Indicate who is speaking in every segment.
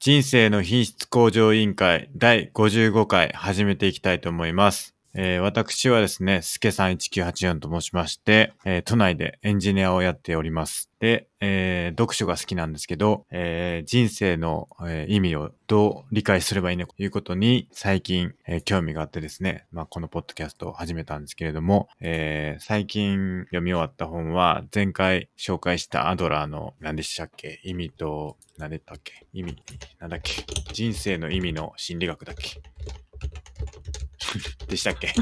Speaker 1: 人生の品質向上委員会第55回始めていきたいと思います。えー私はですね、すけさん1984と申しまして、えー都内でエンジニアをやっております。で、えー読書が好きなんですけど、えー人生の、えー意味をどう理解すればいいのかということに最近、えー興味があってですね、まあ、このポッドキャストを始めたんですけれども、えー最近読み終わった本は前回紹介したアドラーの何でしたっけ意味と、何でったっけ意味、なんだっけ人生の意味の心理学だっけ でしたっ け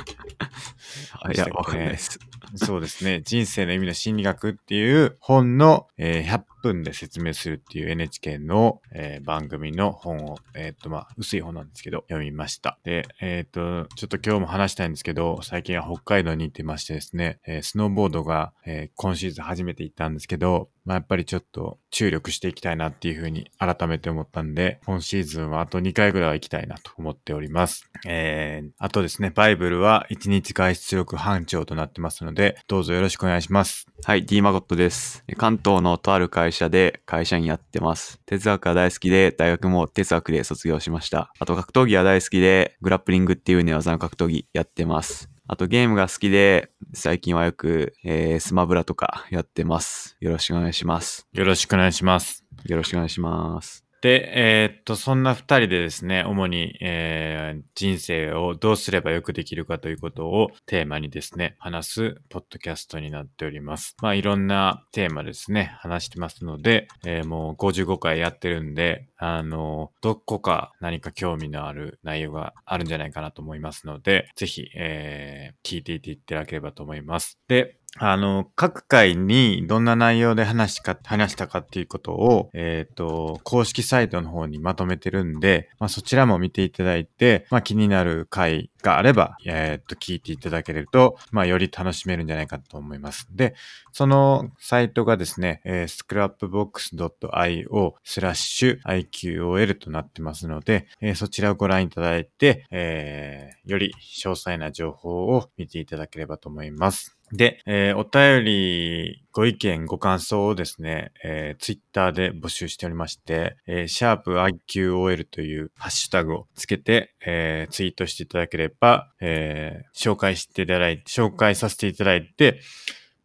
Speaker 2: あいや、わかんないです。
Speaker 1: そうですね。人生の意味の心理学っていう本の、えー100分で説明するっていう NHK の、えー番組の本を、えーっと、まあ、薄い本なんですけど、読みました。で、えーっと、ちょっと今日も話したいんですけど、最近は北海道に行ってましてですね、えースノーボードが、えー今シーズン初めて行ったんですけど、まあ、やっぱりちょっと注力していきたいなっていうふうに改めて思ったんで、今シーズンはあと2回ぐらいは行きたいなと思っております。えー、あとですね、バイブルは1日外出力班長となってますので、どうぞよろしくお願いします。
Speaker 2: はい、D マゴットです。関東のとある会社で会社員やってます。哲学が大好きで、大学も哲学で卒業しました。あと格闘技は大好きで、グラップリングっていう寝技の格闘技やってます。あとゲームが好きで、最近はよく、えースマブラとかやってます。よろしくお願いします。
Speaker 1: よろしくお願いします。
Speaker 2: よろしくお願いします。
Speaker 1: で、えーっと、そんな二人でですね、主に、えー人生をどうすればよくできるかということをテーマにですね、話すポッドキャストになっております。まあ、いろんなテーマですね、話してますので、えーもう55回やってるんで、あの、どこか何か興味のある内容があるんじゃないかなと思いますので、ぜひ、えー聞いていっていただければと思います。で、あの、各回にどんな内容で話しか、話したかっていうことを、えっ、と、公式サイトの方にまとめてるんで、まあそちらも見ていただいて、まあ気になる回があれば、えっ、と、聞いていただけると、まあより楽しめるんじゃないかと思います。で、そのサイトがですね、えー scrapbox.io スラッシュ IQOL となってますので、えーそちらをご覧いただいて、えーより詳細な情報を見ていただければと思います。で、えーお便り、ご意見、ご感想をですね、えツイッター Twitter で募集しておりまして、えー、シャープ i q o l というハッシュタグをつけて、えーツイートしていただければ、えー紹介していただいて、紹介させていただいて、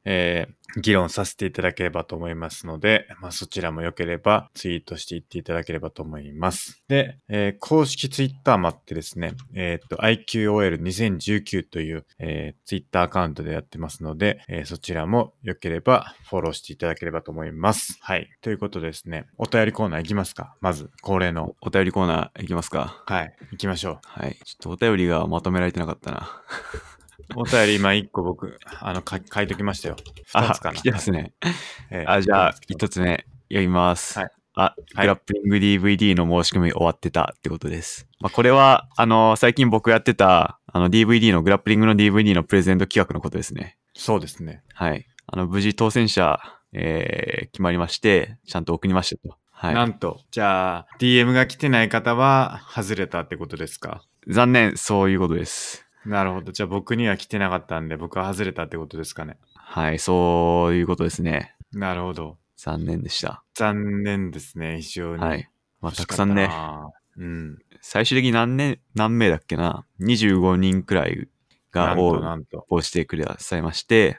Speaker 1: えー議論させていただければと思いますので、まあ、そちらも良ければツイートしていっていただければと思います。で、えー公式ツイッターもあってですね、えーっと、IQOL2019 という、えーツイッターアカウントでやってますので、えーそちらも良ければフォローしていただければと思います。はい。ということでですね、お便りコーナー行きますかまず、恒例の。
Speaker 2: お便りコーナーいきますか。
Speaker 1: はい。行きましょう。
Speaker 2: はい。ちょっとお便りがまとめられてなかったな。
Speaker 1: お便り今1個僕、あの、書書いときましたよ。2つか
Speaker 2: あ、
Speaker 1: な。
Speaker 2: 来てますね。
Speaker 1: えー
Speaker 2: あ、じゃあ、
Speaker 1: 二つ
Speaker 2: 一つ目、読みます。
Speaker 1: はい
Speaker 2: あ、
Speaker 1: は
Speaker 2: グ
Speaker 1: い
Speaker 2: ラップリング DVD の申し込み終わってたってことです。まあ、これは、あの、最近僕やってた、あの、DVD の、グラップリングの DVD のプレゼント企画のことですね。
Speaker 1: そうですね。
Speaker 2: はい。あの、無事当選者、えー、決まりまして、ちゃんと送りましたと。は
Speaker 1: なんと、じゃあ、DM が来てない方は、外れたってことですか
Speaker 2: い。残念、そういうことです。
Speaker 1: なるほど。じゃあ、僕には来てなかったんで、僕は外れたってことですかね。
Speaker 2: はい、そういうことですね。
Speaker 1: なるほど。
Speaker 2: 残念でした。
Speaker 1: 残念ですね、非常に。
Speaker 2: はい。まあ、
Speaker 1: 惜
Speaker 2: た
Speaker 1: し
Speaker 2: く
Speaker 1: かっ
Speaker 2: さ
Speaker 1: なん
Speaker 2: ね、。
Speaker 1: うん。
Speaker 2: 最終的に何年、何名だっけな ?25 人くらい
Speaker 1: な
Speaker 2: が
Speaker 1: ん
Speaker 2: 応
Speaker 1: と、
Speaker 2: 募
Speaker 1: なんと。
Speaker 2: 応募してくださいまして、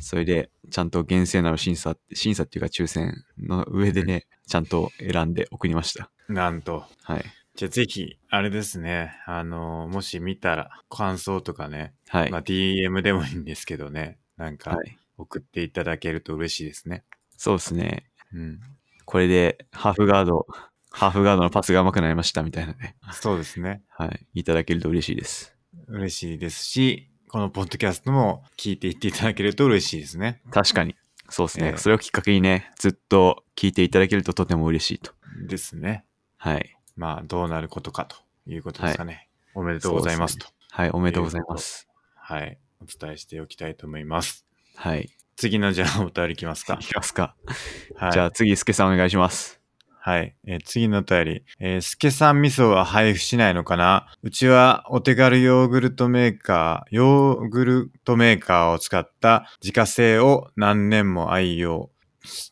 Speaker 2: それで、ちゃんと厳正なる審査、審査っていうか抽選の上でね、ちゃんと選んで送りました。
Speaker 1: なんと。
Speaker 2: はい。
Speaker 1: じゃあ、ぜひ、あれですね、あの、もし見たら、感想とかね、
Speaker 2: はい。
Speaker 1: まあ、DM でもいいんですけどね、なんか
Speaker 2: は、い、
Speaker 1: 送っていただけると嬉しいですね。
Speaker 2: そうですね。
Speaker 1: うん。
Speaker 2: これで、ハーフガード、ハーフガードのパスが上手くなりましたみたいなね。
Speaker 1: そうですね。
Speaker 2: はい。いただけると嬉しいです。
Speaker 1: 嬉しいですし、このポッドキャストも聞いていっていただけると嬉しいですね。
Speaker 2: 確かに。そうですね、
Speaker 1: ええ
Speaker 2: それをきっかけにね、ずっと聞いていただけるととても嬉しいと。
Speaker 1: ですね。
Speaker 2: はい。
Speaker 1: まあ、どうなることかということですかね。おめでとうございますと。
Speaker 2: はい。おめでとうございます。
Speaker 1: はい。お伝えしておきたいと思います。
Speaker 2: はい。
Speaker 1: 次のじゃあお便りいき ますか
Speaker 2: い。きますか。
Speaker 1: はい。
Speaker 2: じゃあ次、すけさんお願いします。
Speaker 1: はい。えー次のお便り。えー、スケさん味噌は配布しないのかなうちはお手軽ヨーグルトメーカー、ヨーグルトメーカーを使った自家製を何年も愛用。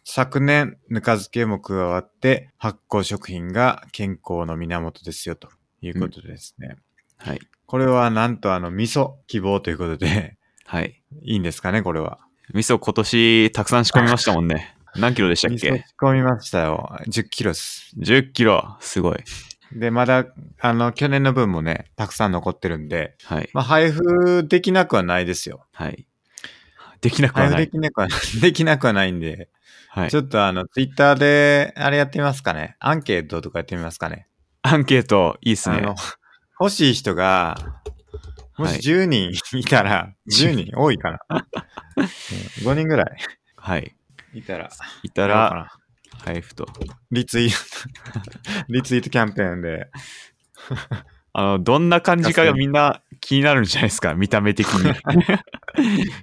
Speaker 1: 昨年、ぬか漬けも加わって、発酵食品が健康の源ですよ、ということですね。
Speaker 2: はい。
Speaker 1: これはなんとあの、味噌希望ということで、
Speaker 2: はい。
Speaker 1: いいんですかね、これは。
Speaker 2: 味噌今年たくさん仕込みましたも んね。何キロでしたっ
Speaker 1: 味噌
Speaker 2: け
Speaker 1: 仕込みましたよ。10キロです。
Speaker 2: ?10 キロ。すごい。
Speaker 1: で、まだ、あの、去年の分もね、たくさん残ってるんで、
Speaker 2: はい。
Speaker 1: まあ、配布できなくはないですよ。
Speaker 2: はい。できなく
Speaker 1: 配
Speaker 2: は
Speaker 1: 布
Speaker 2: な
Speaker 1: で
Speaker 2: い。
Speaker 1: きなくは、 できなくはないんで、
Speaker 2: はい
Speaker 1: ち。ょっとあの、ツイッターで、あれやってみますかね。アンケートとかやってみますかね。
Speaker 2: アンケート、いいっす
Speaker 1: あ
Speaker 2: ね。
Speaker 1: の、欲しい人が、も
Speaker 2: はい
Speaker 1: し10人いたら、10人 多いかな。うん5人ぐらい
Speaker 2: はい。
Speaker 1: いたら、
Speaker 2: いた、
Speaker 1: やろうからな
Speaker 2: 配布と。
Speaker 1: リツイート、 リツイートキャンペーンで、
Speaker 2: あの、どんな感じか
Speaker 1: 確
Speaker 2: が
Speaker 1: か
Speaker 2: みんな気になるんじゃないですか見た目 的に。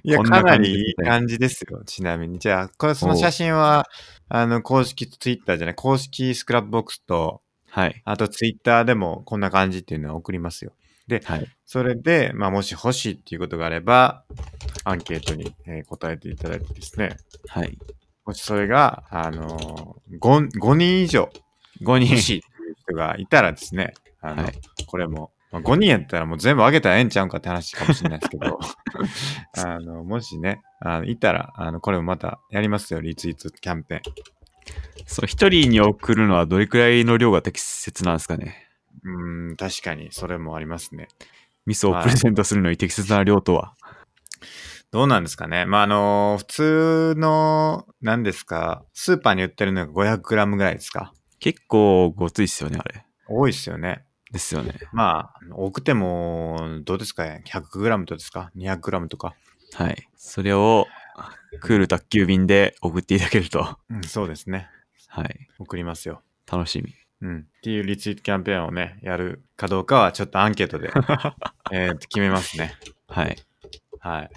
Speaker 1: いや、
Speaker 2: こん
Speaker 1: か
Speaker 2: な
Speaker 1: な
Speaker 2: 感じ
Speaker 1: りいい感じですよ、ちなみに。じゃあ、これ、その
Speaker 2: おう
Speaker 1: 写真は、あの、公式ツイッターじゃない、公式スクラップボックスと、
Speaker 2: はい。
Speaker 1: あとツイッターでもこんな感じっていうのを送りますよ。
Speaker 2: はい。
Speaker 1: それで、まあ、もし欲しいっていうことがあれば、アンケートに、えー答えていただいてですね、
Speaker 2: はい。
Speaker 1: もしそれが、あのー、5, 5人以上
Speaker 2: 5
Speaker 1: 欲
Speaker 2: 人。
Speaker 1: しいっていう人がいたらですね、あの、
Speaker 2: はい。
Speaker 1: これも、まあ、5人やったらもう全部あげたらええんちゃうんかって話かもしれないですけ ど、あの、もしね、あのいたら、あの、これもまたやりますよ、リツイートキャンペーン。
Speaker 2: そう、1人に送るのはどれくらいの量が適切なんですかね
Speaker 1: うーん、確かに、それもありますね。
Speaker 2: 味噌をプレゼントするのに適切な量とは。
Speaker 1: どうなんですかね。まあ、あの普通の、何ですか、スーパーに売ってるのが 500g ぐらいですか。
Speaker 2: 結構ごついっすよね、あれ。
Speaker 1: 多いですよね。
Speaker 2: ですよね。
Speaker 1: まあ、多くても、どうですかね。100g とですか ?200g とか。
Speaker 2: はい。それを、クール宅急便で送っていただけると。
Speaker 1: うん、そうですね。
Speaker 2: はい。
Speaker 1: 送りますよ。
Speaker 2: 楽しみ。
Speaker 1: うん。っていうリツイートキャンペーンをね、やるかどうかは、ちょっとアンケートで、えーと決めますね。
Speaker 2: はい。
Speaker 1: はい。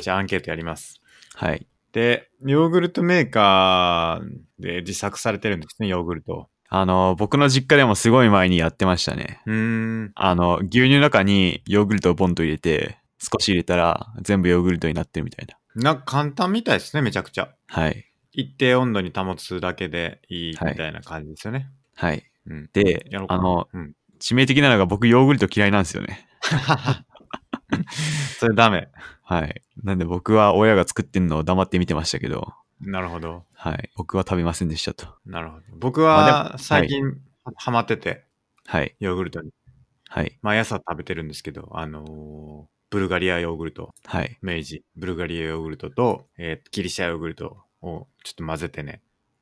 Speaker 1: じゃあ、アンケートやります。
Speaker 2: はい。
Speaker 1: で、ヨーグルトメーカーで自作されてるんですね、ヨーグルトを。
Speaker 2: あの、僕の実家でもすごい前にやってましたね。
Speaker 1: うーん。
Speaker 2: あの、牛乳の中にヨーグルトをボンと入れて、少し入れたら全部ヨーグルトになってるみたいな。
Speaker 1: なんか簡単みたいですね、めちゃくちゃ。
Speaker 2: はい。
Speaker 1: 一定温度に保つだけでいいみたいな感じですよね。
Speaker 2: はい。
Speaker 1: うん。
Speaker 2: で
Speaker 1: やろう、か
Speaker 2: あ
Speaker 1: な
Speaker 2: の、
Speaker 1: うん。
Speaker 2: 致命的なのが僕ヨーグルト嫌いなんですよね。
Speaker 1: それダメ。
Speaker 2: はい。なんで僕は親が作ってんのを黙って見てましたけど、
Speaker 1: なるほど。
Speaker 2: はい。僕は食べませんでしたと。
Speaker 1: なるほど。僕
Speaker 2: まあで
Speaker 1: は
Speaker 2: も
Speaker 1: 最近はハマってて、
Speaker 2: はい。
Speaker 1: ヨーグルトに。
Speaker 2: はい。
Speaker 1: 毎朝食べてるんですけど、あのーブルガリアヨーグルト、
Speaker 2: はい。
Speaker 1: 明治、ブルガリアヨーグルトと、えーギリシャヨーグルトをちょっと混ぜてね。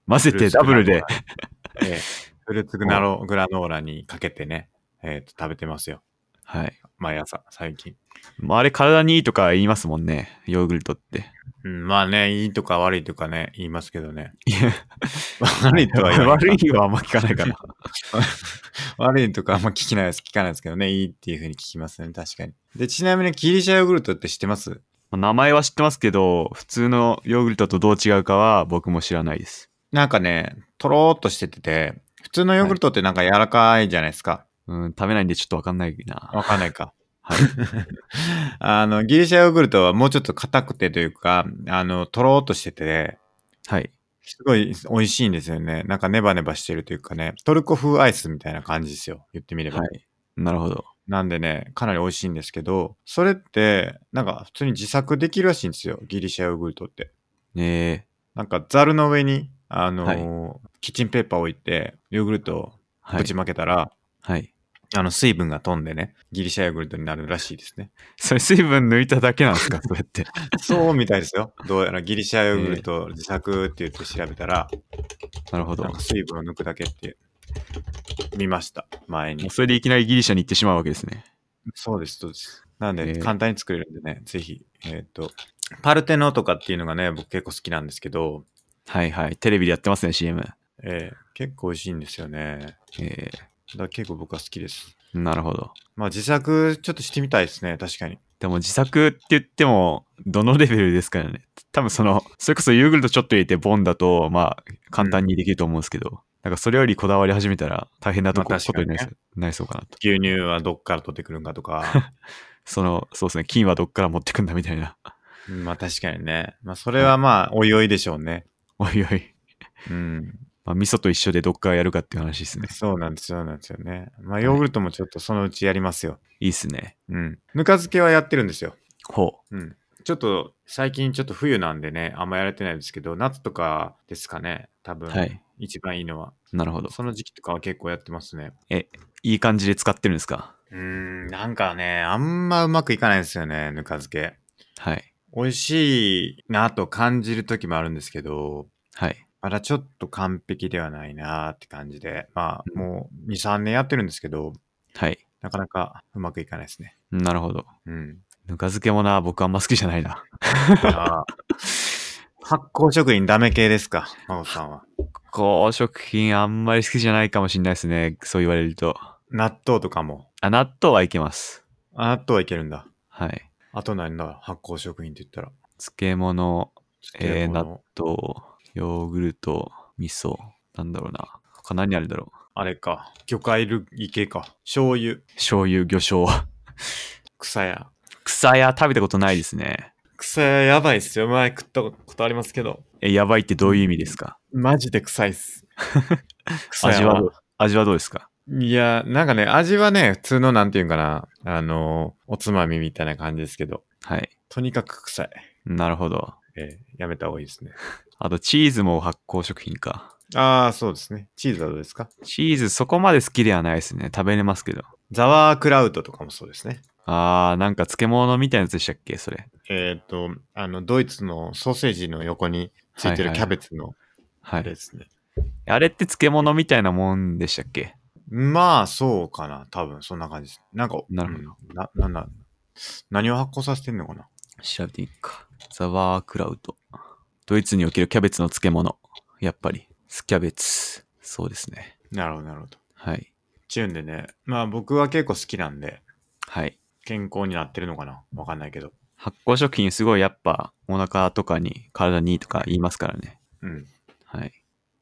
Speaker 2: 混ぜ
Speaker 1: フル
Speaker 2: て
Speaker 1: ーツ
Speaker 2: ダブルで。
Speaker 1: グラノーラに。ええフルーツグナログラノーラにかけてね、えーと食べてますよ。
Speaker 2: はい。
Speaker 1: 毎朝、最近。
Speaker 2: まあ、あれ体にいいとか言いますもんね。ヨーグルトって。
Speaker 1: うん、まあね、いいとか悪いとかね、言いますけどね。
Speaker 2: いや
Speaker 1: 悪いとは言わない
Speaker 2: 悪いはあんま聞かないかな。
Speaker 1: 悪いとかあんま聞きないです。聞かないですけどね。いいっていう風に聞きますね。確かに。で、ちなみにギリシャヨーグルトって知ってます
Speaker 2: まあ名前は知ってますけど、普通のヨーグルトとどう違うかは僕も知らないです。
Speaker 1: なんかね、とろーっとしててて、普通のヨーグルトってなんか柔らかいじゃないですか。
Speaker 2: うん、食べないんでちょっとわかんないな。
Speaker 1: わかんないか。
Speaker 2: はい。
Speaker 1: あの、ギリシャヨーグルトはもうちょっと硬くてというか、あの、とろーっとしてて、
Speaker 2: はい。
Speaker 1: すごい美味しいんですよね。なんかネバネバしてるというかね、トルコ風アイスみたいな感じですよ。言ってみれば。
Speaker 2: はい。なるほど。
Speaker 1: なんでね、かなり美味しいんですけど、それって、なんか普通に自作できるらしいんですよ、ギリシャヨーグルトって。
Speaker 2: ねえ。
Speaker 1: なんかザルの上に、あのーキッチンペーパー置いて、ヨーグルトを
Speaker 2: は
Speaker 1: ぶ
Speaker 2: い
Speaker 1: ち。まけたら、
Speaker 2: はい。
Speaker 1: あの水分が飛んでね、ギリシャヨーグルトになるらしい ですね。
Speaker 2: それ水分抜いただけなんですかそうやって。
Speaker 1: そうみたいですよ。どうやらギリシャヨーグルト自作って言って調べたら、
Speaker 2: なるほど。
Speaker 1: なん
Speaker 2: も
Speaker 1: か水分を抜くだけって見ました、前に
Speaker 2: う。それでいきなりギリシャに行ってしまうわけですね。
Speaker 1: そうです、そうです。なん
Speaker 2: え
Speaker 1: で、
Speaker 2: ー
Speaker 1: 簡単に作れるんでね、ぜひ、えっ、と、パルテノとかっていうのがね、僕結構好きなんですけど、
Speaker 2: はいはい。テレビでやってますね、CM。
Speaker 1: えー結構美味しいんですよね。
Speaker 2: え
Speaker 1: だから結構僕は好きです。
Speaker 2: ー、なるほど。
Speaker 1: まあ自作ちょっとしてみたいですね、確かに。
Speaker 2: でも自作って言っても、どのレベルですからね。多分その、それこそヨーグルトちょっと入れてボンだと、まあ、簡単にできると思うんですけど、なんかそれよりこだわり始めたら大変なとこ,、
Speaker 1: まあ確
Speaker 2: こと
Speaker 1: か
Speaker 2: に
Speaker 1: に
Speaker 2: な
Speaker 1: ね
Speaker 2: りそうなりそうかなと。
Speaker 1: 牛 乳はどっから取ってくるんかとか、
Speaker 2: その、そうですね、金はどっから持ってくんだみたいな。
Speaker 1: まあ確かにね。まあそれはまあ、おいおいでしょうね。
Speaker 2: おいおい。
Speaker 1: うん。
Speaker 2: まあ、味噌と一緒でどっからやるかっていう話ですね。
Speaker 1: そうなんですよ、そうなんですよね。まあヨーグルトもちょっとそのうちやりますよ。
Speaker 2: いいっすね。
Speaker 1: うん。ぬか漬けはやってるんですよ。
Speaker 2: ほ
Speaker 1: うん。ちょっと、最近ちょっと冬なんでね、あんまやれてないですけど、夏とかですかね、多
Speaker 2: う。
Speaker 1: 分。
Speaker 2: はい。
Speaker 1: 一番いいのは。
Speaker 2: なるほど。
Speaker 1: その時期とかは結構やってますね。
Speaker 2: いい感じで使ってるんですか
Speaker 1: うーん、なんかね、あんまうまくいかないんですよね、ぬか漬け。
Speaker 2: はい。
Speaker 1: 美味しいなと感じる時もあるんですけど、
Speaker 2: はい。
Speaker 1: まだちょっと完璧ではないなって感じで、まあ
Speaker 2: うん
Speaker 1: もう2、3年やってるんですけど、
Speaker 2: はい。
Speaker 1: なかなかうまくいかないですね。
Speaker 2: なるほど。
Speaker 1: うん。
Speaker 2: ぬか漬けもな、僕あんま好きじゃないな。
Speaker 1: あー発酵食品ダメ系ですか、真帆さんは。
Speaker 2: こう、食品あんまり好きじゃないかもしれないですね。そう言われると。
Speaker 1: 納豆とかも。
Speaker 2: あ、納豆はいけます。
Speaker 1: あ納豆はいけるんだ。
Speaker 2: はい。
Speaker 1: あと何だ発酵食品って言ったら。
Speaker 2: 漬物、えー
Speaker 1: 漬物
Speaker 2: と、ヨーグルト、味噌、なんだろうな。他何あるだろう。
Speaker 1: あれか。魚介類系か。醤油、
Speaker 2: 醤油、魚醤。
Speaker 1: 草や。
Speaker 2: 草屋食べたことないですね。
Speaker 1: 草ややばいっすよ。前食ったことありますけど。
Speaker 2: え、やばいってどういう意味ですか
Speaker 1: マジで臭いっ す。草
Speaker 2: 味
Speaker 1: 屋
Speaker 2: はどう味はどうですか
Speaker 1: いや、なんかね、味はね、普通のなんていうんかな。あのーおつまみみたいな感じですけど。
Speaker 2: はい。
Speaker 1: とにかく臭い。
Speaker 2: なるほど。
Speaker 1: えーやめた方がいいですね。
Speaker 2: あと、チーズも発酵食品か。
Speaker 1: ああ、そうですね。チーズはどうですか
Speaker 2: チーズそこまで好きではないですね。食べれますけど。
Speaker 1: ザワークラウトとかもそうですね。
Speaker 2: あー、なんか漬物みたいなやつでしたっけそれ。
Speaker 1: えっ、と、あの、ドイツのソーセージの横についてる
Speaker 2: はいはい
Speaker 1: キャベツの
Speaker 2: は
Speaker 1: あれ
Speaker 2: い
Speaker 1: で。すね。
Speaker 2: あれって漬物みたいなもんでしたっけ
Speaker 1: まあ、そうかな。多分、そんな感じです。なんか、
Speaker 2: なるほど
Speaker 1: うんな、なんだ、何を発酵させてんのかな
Speaker 2: 調べていくか。ザワークラウト。ドイツにおけるキャベツの漬物。やっぱり。スキャベツ。そうですね。
Speaker 1: なるほど、なるほど。
Speaker 2: はい。
Speaker 1: チューンでね、まあ僕は結構好きなんで、
Speaker 2: はい。
Speaker 1: 健康になってるのかなわかんないけど。
Speaker 2: 発酵食品すごいやっぱお腹とかに体にいいとか言いますからね。
Speaker 1: うん。
Speaker 2: はい。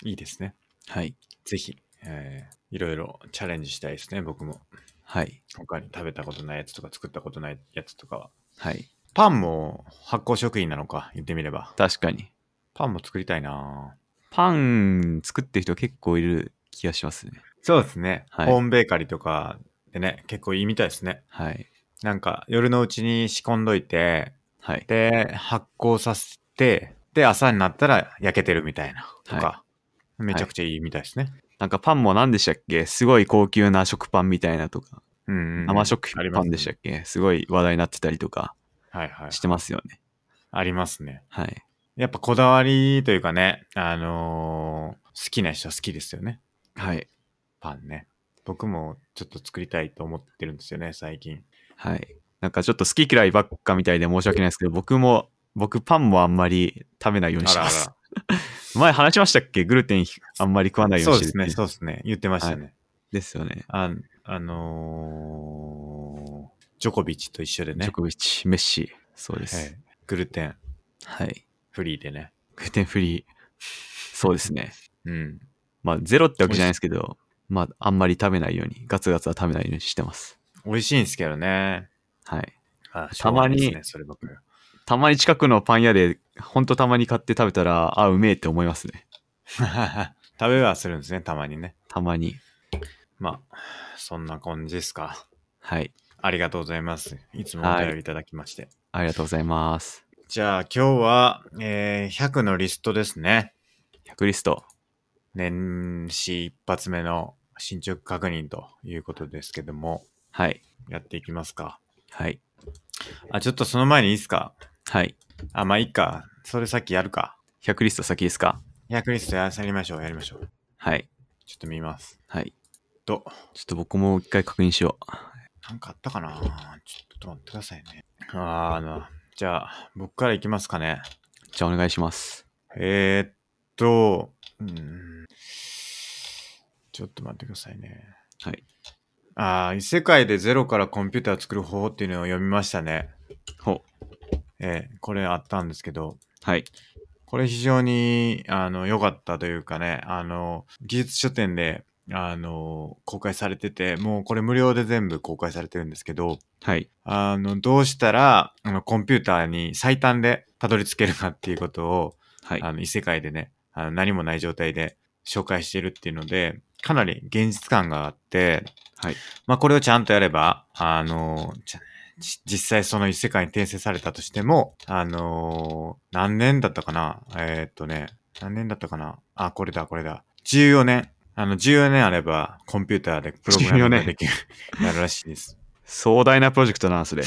Speaker 1: いいですね。
Speaker 2: はい。
Speaker 1: ぜひ、えー、いろいろチャレンジしたいですね、僕も。
Speaker 2: はい。
Speaker 1: 他に食べたことないやつとか作ったことないやつとかは。
Speaker 2: はい。
Speaker 1: パンも発酵食品なのか、言ってみれば。
Speaker 2: 確かに。
Speaker 1: パンも作りたいなぁ
Speaker 2: パン作ってる人結構いる気がしますね。
Speaker 1: そうですね。
Speaker 2: はい
Speaker 1: ホームベーカリーとかでね、結構いいみたいですね。
Speaker 2: はい。
Speaker 1: なんか夜のうちに仕込んどいて、
Speaker 2: はい。
Speaker 1: で、発酵させて、で、朝になったら焼けてるみたいなとか、めちゃくちゃいいみたいですね。
Speaker 2: なんかパンも何でしたっけすごい高級な食パンみたいなとか、
Speaker 1: うんうんうん
Speaker 2: 生食
Speaker 1: ありま
Speaker 2: パ
Speaker 1: す
Speaker 2: ン
Speaker 1: ね
Speaker 2: でしたっけす,、ごい話題になってたりとか
Speaker 1: はいはい
Speaker 2: し。てますよね。
Speaker 1: ありますね。
Speaker 2: はい。
Speaker 1: やっぱこだわりというかね、あのー好きな人は好きですよね。
Speaker 2: はい。
Speaker 1: パンね。僕もちょっと作りたいと思ってるんですよね、最近。
Speaker 2: はい。なんかちょっと好き嫌いばっかみたいで申し訳ないですけど、僕も、僕パンもあんまり食べないようにしてます。 前話しましたっけグルテンあんまり食わないよう
Speaker 1: そう
Speaker 2: にし
Speaker 1: で
Speaker 2: てる
Speaker 1: すね、そうですね。言ってましたね。
Speaker 2: ですよね。
Speaker 1: ああのージョコビッチと一緒でね。
Speaker 2: ジョコビッチ、メッシ。そうで
Speaker 1: は
Speaker 2: す
Speaker 1: い。グルテン
Speaker 2: はい。
Speaker 1: フリーでね。
Speaker 2: グルテンフリー。そうですね。
Speaker 1: うん。
Speaker 2: まあ、ゼロってわけじゃないですけど、まあ、あんまり食べないように、ガツガツは食べないようにしてます。
Speaker 1: 美味しいんですけどね。
Speaker 2: はい。
Speaker 1: あ
Speaker 2: たまに
Speaker 1: しょうがないですねそればっかりは
Speaker 2: たまに近くのパン屋で、ほんとたまに買って食べたら、あ、うめえって思いますね。
Speaker 1: 食べはするんですね、たまにね。
Speaker 2: たまに。
Speaker 1: まあ、そんな感じですか。
Speaker 2: はい。
Speaker 1: ありがとうございます。いつもお便りいただきまして。
Speaker 2: ありがとうございます。
Speaker 1: じゃあ今日は、えー100のリストですね。
Speaker 2: 100リスト。
Speaker 1: 年始一発目の進捗確認ということですけども、
Speaker 2: はい。
Speaker 1: やっていきますか。
Speaker 2: はい。
Speaker 1: あ、ちょっとその前にいいですか
Speaker 2: はい。
Speaker 1: あ、まあいいか。それさっきやるか。
Speaker 2: 100リスト先ですか
Speaker 1: 100リストややりましょう、やりましょう。
Speaker 2: はい。
Speaker 1: ちょっと見ます。
Speaker 2: はい。
Speaker 1: と、
Speaker 2: ちょっと僕も一回確認しよ
Speaker 1: なんかあったかなちょっと待ってくださいね。あーあの、じゃあ、僕からいきますかね。
Speaker 2: う。じゃあお願いします。
Speaker 1: えー、っと、うーん、ちょっと待ってくださいね。
Speaker 2: はい。
Speaker 1: ああ、異世界でゼロからコンピューターを作る方法っていうのを読みましたね。
Speaker 2: ほう。
Speaker 1: えーこれあったんですけど、
Speaker 2: はい。
Speaker 1: これ非常に、あの、良かったというかね、あの、技術書店で、あの、公開されてて、もうこれ無料で全部公開されてるんですけど、
Speaker 2: はい。
Speaker 1: あの、どうしたら、あの、コンピューターに最短でたどり着けるかっていうことを、
Speaker 2: はい。
Speaker 1: あの、異世界でね、あの何もない状態で紹介してるっていうので、かなり現実感があって、
Speaker 2: はい。
Speaker 1: まあ、これをちゃんとやれば、あの、ちゃじ実際その異世界に転生されたとしても、あの何年だったかなえーっとね、何年だったかなあ、これだ、これだ。14年。あの、14年あれば、コンピューターでプログラム
Speaker 2: 14
Speaker 1: が
Speaker 2: 年
Speaker 1: できる、 なるらしいです。
Speaker 2: 壮大なプロジェクトなん それ。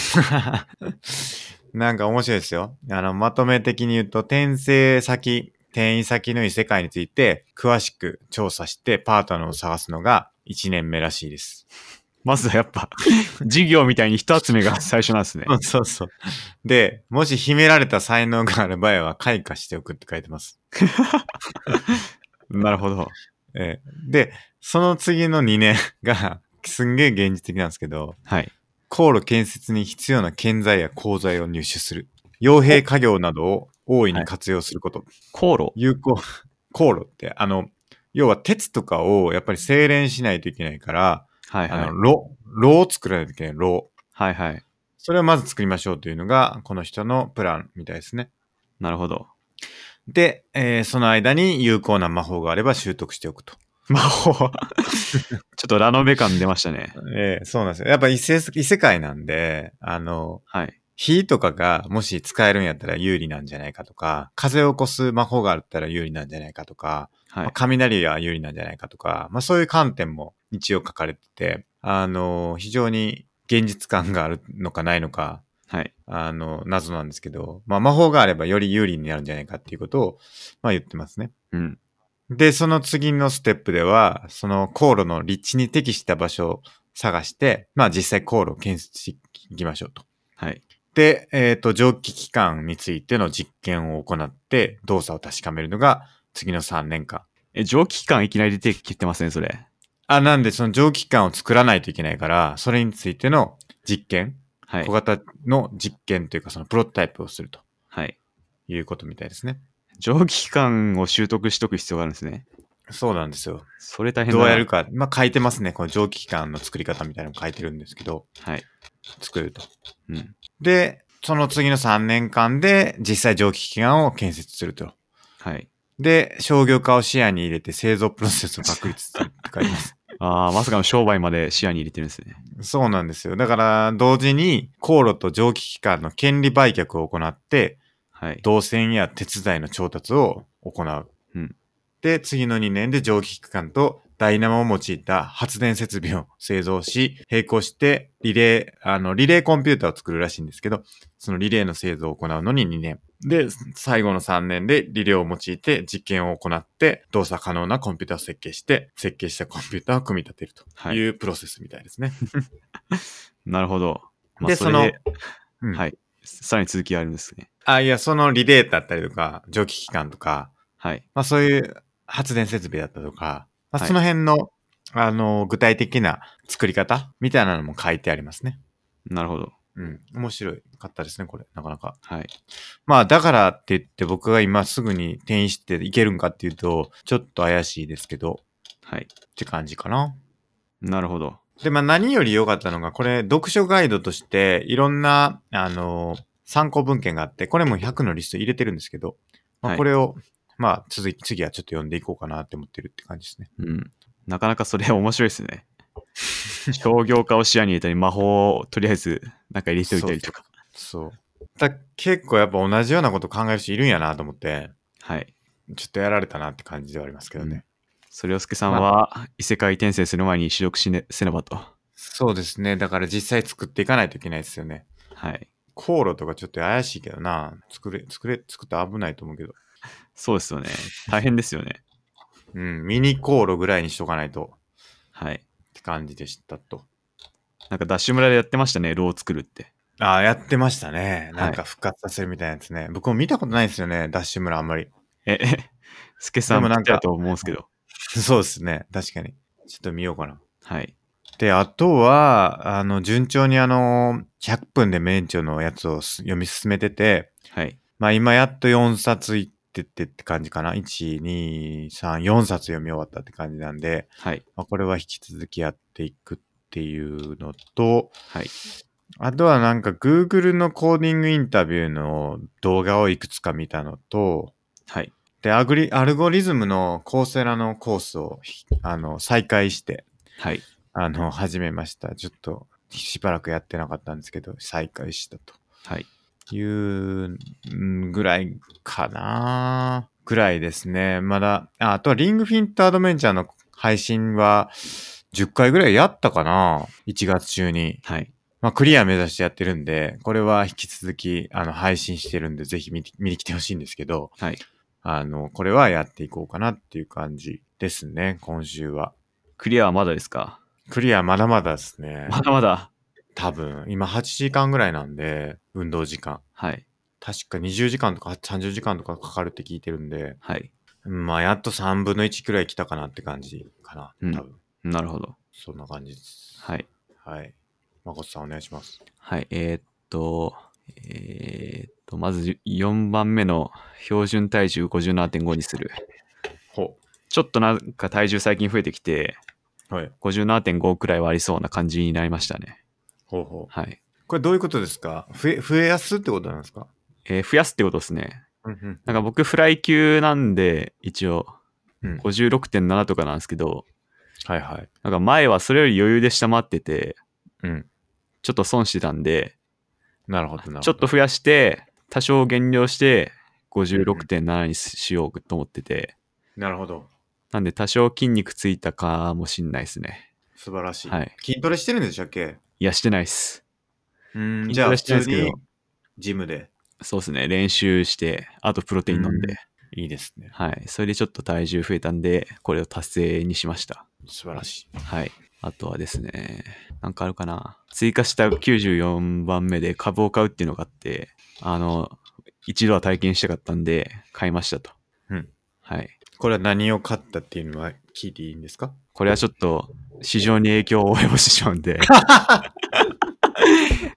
Speaker 1: なんか面白いですよ。あの、まとめ的に言うと、転生先、転移先の異世界について、詳しく調査して、パートナーを探すのが1年目らしいです。
Speaker 2: まずはやっぱ、事業みたいに人集めが 最初なんですね。
Speaker 1: そうそうそう。で、もし秘められた才能がある場合は、開花しておくって書いてます。
Speaker 2: なるほど。
Speaker 1: えーで、その次の2年が、すんげえ現実的なんですけど、
Speaker 2: はい。
Speaker 1: 航路建設に必要な建材や鋼材を入手する。傭兵家業などを大いに活用すること。
Speaker 2: 航路
Speaker 1: 有効、航路って、あの、要は鉄とかをやっぱり精錬しないといけないから、
Speaker 2: はい
Speaker 1: あ
Speaker 2: はい
Speaker 1: の、。炉、炉を作らないといけない、炉。
Speaker 2: はいはい。
Speaker 1: それをまず作りましょうというのが、この人のプランみたいですね。
Speaker 2: なるほど。
Speaker 1: で、えーその間に有効な魔法があれば習得しておくと。
Speaker 2: 魔法。ちょっとラノベ感出ましたね。
Speaker 1: えーそうなんですよ。やっぱ異世異世界なんで、あの、
Speaker 2: はい。
Speaker 1: 火とかがもし使えるんやったら有利なんじゃないかとか、風を起こす魔法があったら有利なんじゃないかとか、ま
Speaker 2: は
Speaker 1: あ
Speaker 2: い。
Speaker 1: 雷が有利なんじゃないかとか、まあ、そういう観点も一応書かれてて、あの、非常に現実感があるのかないのか、
Speaker 2: はい。
Speaker 1: あの、謎なんですけど、まあ、魔法があればより有利になるんじゃないかっていうことを、まあ、言ってますね。
Speaker 2: うん。
Speaker 1: で、その次のステップでは、その航路の立地に適した場所を探して、まあ、実際航路を建設していきましょうと。
Speaker 2: はい。
Speaker 1: で、えっ、と、蒸気機関についての実験を行って、動作を確かめるのが、次の3年間。
Speaker 2: え、蒸気機関いきなり出てきてますね、それ。
Speaker 1: あ、なんで、その蒸気機関を作らないといけないから、それについての実験、
Speaker 2: はい
Speaker 1: 小。型の実験というか、そのプロトタイプをすると
Speaker 2: はい。
Speaker 1: いうことみたいですね。
Speaker 2: 蒸気機関を習得しとく必要があるんですね。
Speaker 1: そうなんですよ。
Speaker 2: それ大変だ
Speaker 1: ど
Speaker 2: な
Speaker 1: うやるか。まあ、書いてますね。この蒸気機関の作り方みたいなのも書いてるんですけど、
Speaker 2: はい。
Speaker 1: 作ると。
Speaker 2: うん。
Speaker 1: で、その次の3年間で、実際蒸気機関を建設すると。
Speaker 2: はい。
Speaker 1: で、商業化を視野に入れて製造プロセスを確立するって書いてます。
Speaker 2: ああ、まさかの商売まで視野に入れてるんですね。
Speaker 1: そうなんですよ。だから、同時に、航路と蒸気機関の権利売却を行って、
Speaker 2: はい。
Speaker 1: 動線や鉄材の調達を行う。
Speaker 2: うん
Speaker 1: で、次の2年で蒸気機関とダイナモを用いた発電設備を製造し、並行してリレー、あの、リレーコンピューターを作るらしいんですけど、そのリレーの製造を行うのに2年。で、最後の3年でリレーを用いて実験を行って、動作可能なコンピューターを設計して、設計したコンピューターを組み立てると
Speaker 2: はい
Speaker 1: いうプロセスみたいですね。
Speaker 2: なるほど。まあ
Speaker 1: で、その、うん
Speaker 2: はいさらに続きがあるんですね。
Speaker 1: あ、いや、そのリレーだったりとか、蒸気機関とか、
Speaker 2: はい。
Speaker 1: まあそういう発電設備だったとか、ま
Speaker 2: は
Speaker 1: あ、
Speaker 2: い
Speaker 1: その辺の、あの、具体的な作り方みたいなのも書いてありますね。
Speaker 2: なるほど。
Speaker 1: うん。面白かったですね、これ。なかなか。
Speaker 2: はい。
Speaker 1: まあだからって言って僕が今すぐに転移していけるんかっていうと、ちょっと怪しいですけど、
Speaker 2: はい。
Speaker 1: って感じかな。
Speaker 2: なるほど。
Speaker 1: で、まあ何より良かったのが、これ読書ガイドとしていろんな、あの、参考文献があって、これも100のリスト入れてるんですけど、ま
Speaker 2: は
Speaker 1: あ、
Speaker 2: い
Speaker 1: これを、まあ続き、次はちょっと読んでいこうかなって思ってるって感じですね。
Speaker 2: うん。なかなかそれ面白いです ね。商業化を視野に入れたり、魔法をとりあえずなんか入れておいたりとか。
Speaker 1: そう。だ結構やっぱ同じようなこと考える人いるんやなと思って、
Speaker 2: はい。
Speaker 1: ちょっとやられたなって感じではありますけどね。
Speaker 2: うんそれをすけさんは異世界転生する前に取得しねせねばと。
Speaker 1: そうですね。だから実際作っていかないといけないですよね。
Speaker 2: はい。
Speaker 1: 航路とかちょっと怪しいけどな。作れ、作れ、作ったら危ないと思うけど。
Speaker 2: そうですよね。大変ですよね。
Speaker 1: うん、ミニ航路ぐらいにしとかないと
Speaker 2: はい。
Speaker 1: って感じでしたと。
Speaker 2: なんかダッシュ村でやってましたね、ローを作るって。
Speaker 1: ああ、やってましたね。
Speaker 2: はい
Speaker 1: なんか復活させるみたいなやつね。僕も見たことないですよね。ダッシュ村あんまり。
Speaker 2: え、え、すけさん
Speaker 1: でもなんか
Speaker 2: 見てたと思うんですけど。
Speaker 1: そうですね。確かに。ちょっと見ようかな。
Speaker 2: はい。
Speaker 1: で、あとは、あの、順調にあの、100分で名著のやつをす読み進めてて、
Speaker 2: はい。
Speaker 1: まあ今やっと4冊いっってってって感じかな。1、2、3、4冊読み終わったって感じなんで、
Speaker 2: はい。
Speaker 1: まあ、これは引き続きやっていくっていうのと、
Speaker 2: はい。
Speaker 1: あとはなんか Google のコーディングインタビューの動画をいくつか見たのと、
Speaker 2: はい。
Speaker 1: で、アグリ、アルゴリズムのコーセラのコースをひ、あの、再開して、
Speaker 2: はい。
Speaker 1: あの、始めました。ちょっと、しばらくやってなかったんですけど、再開した
Speaker 2: はい。
Speaker 1: といううんぐらいかなぐらいですね。まだ、ああとはリングフィントアドベンチャーの配信は、10回ぐらいやったかな ?1 月中に。
Speaker 2: はい。
Speaker 1: まあ、クリア目指してやってるんで、これは引き続き、あの、配信してるんで、ぜひ見て見に来てほしいんですけど、
Speaker 2: はい。
Speaker 1: あの、これはやっていこうかなっていう感じですね、今週は。
Speaker 2: クリアはまだですか
Speaker 1: クリアまだまだですね。
Speaker 2: まだまだ。
Speaker 1: 多分、今8時間ぐらいなんで、運動時間。
Speaker 2: はい。
Speaker 1: 確か20時間とか30時間とかかかるって聞いてるんで、
Speaker 2: はい。
Speaker 1: まあ、やっと3分の1くらい来たかなって感じかな。
Speaker 2: うん
Speaker 1: 多分、
Speaker 2: なるほど。
Speaker 1: そんな感じです。
Speaker 2: はい。
Speaker 1: はい。誠さんお願いします。
Speaker 2: はい。えーっと、えーっと、まず4番目の標準体重57.5にする。
Speaker 1: ほ
Speaker 2: ちょっとなんか体重最近増えてきて、
Speaker 1: う。はい。
Speaker 2: 57.5くらいはありそうな感じになりましたね。
Speaker 1: ほうほう。
Speaker 2: はい。
Speaker 1: これどういうことですか増え、増えやすってことなんですか
Speaker 2: えー増やすってことですね。
Speaker 1: うんうん。
Speaker 2: なんか僕フライ級なんで、一応
Speaker 1: うん
Speaker 2: 56.7とかなんですけど、
Speaker 1: はいはい。
Speaker 2: なんか前はそれより余裕で下回ってて、
Speaker 1: うん。
Speaker 2: ちょっと損してたんで、
Speaker 1: なるほどなるほど。
Speaker 2: ちょっと増やして、多少減量して、56.7にしようと思ってて、
Speaker 1: なるほど。
Speaker 2: なんで多少筋肉ついたかもしんないですね。
Speaker 1: 素晴らしい。
Speaker 2: はい
Speaker 1: 筋トレしてるんでしたっけ
Speaker 2: いや、してないっす。
Speaker 1: うん。
Speaker 2: 筋
Speaker 1: じゃ
Speaker 2: ト
Speaker 1: あ、
Speaker 2: レ
Speaker 1: 普
Speaker 2: してるんで
Speaker 1: 通
Speaker 2: すけど
Speaker 1: にジムで。
Speaker 2: そうですね、練習して、あとプロテイン飲んで、
Speaker 1: うんいいですね。
Speaker 2: はい、それでちょっと体重増えたんで、これを達成にしました。
Speaker 1: 素晴らしい。
Speaker 2: はい。あとはですね、なんかあるかな。追加した94番目で株を買うっていうのがあって、あの、一度は体験したかったんで、買いましたと。
Speaker 1: うん。
Speaker 2: はい。
Speaker 1: これは何を買ったっていうのは聞いていいんですか
Speaker 2: これはちょっと、市場に影響を及ぼしてしまう んで、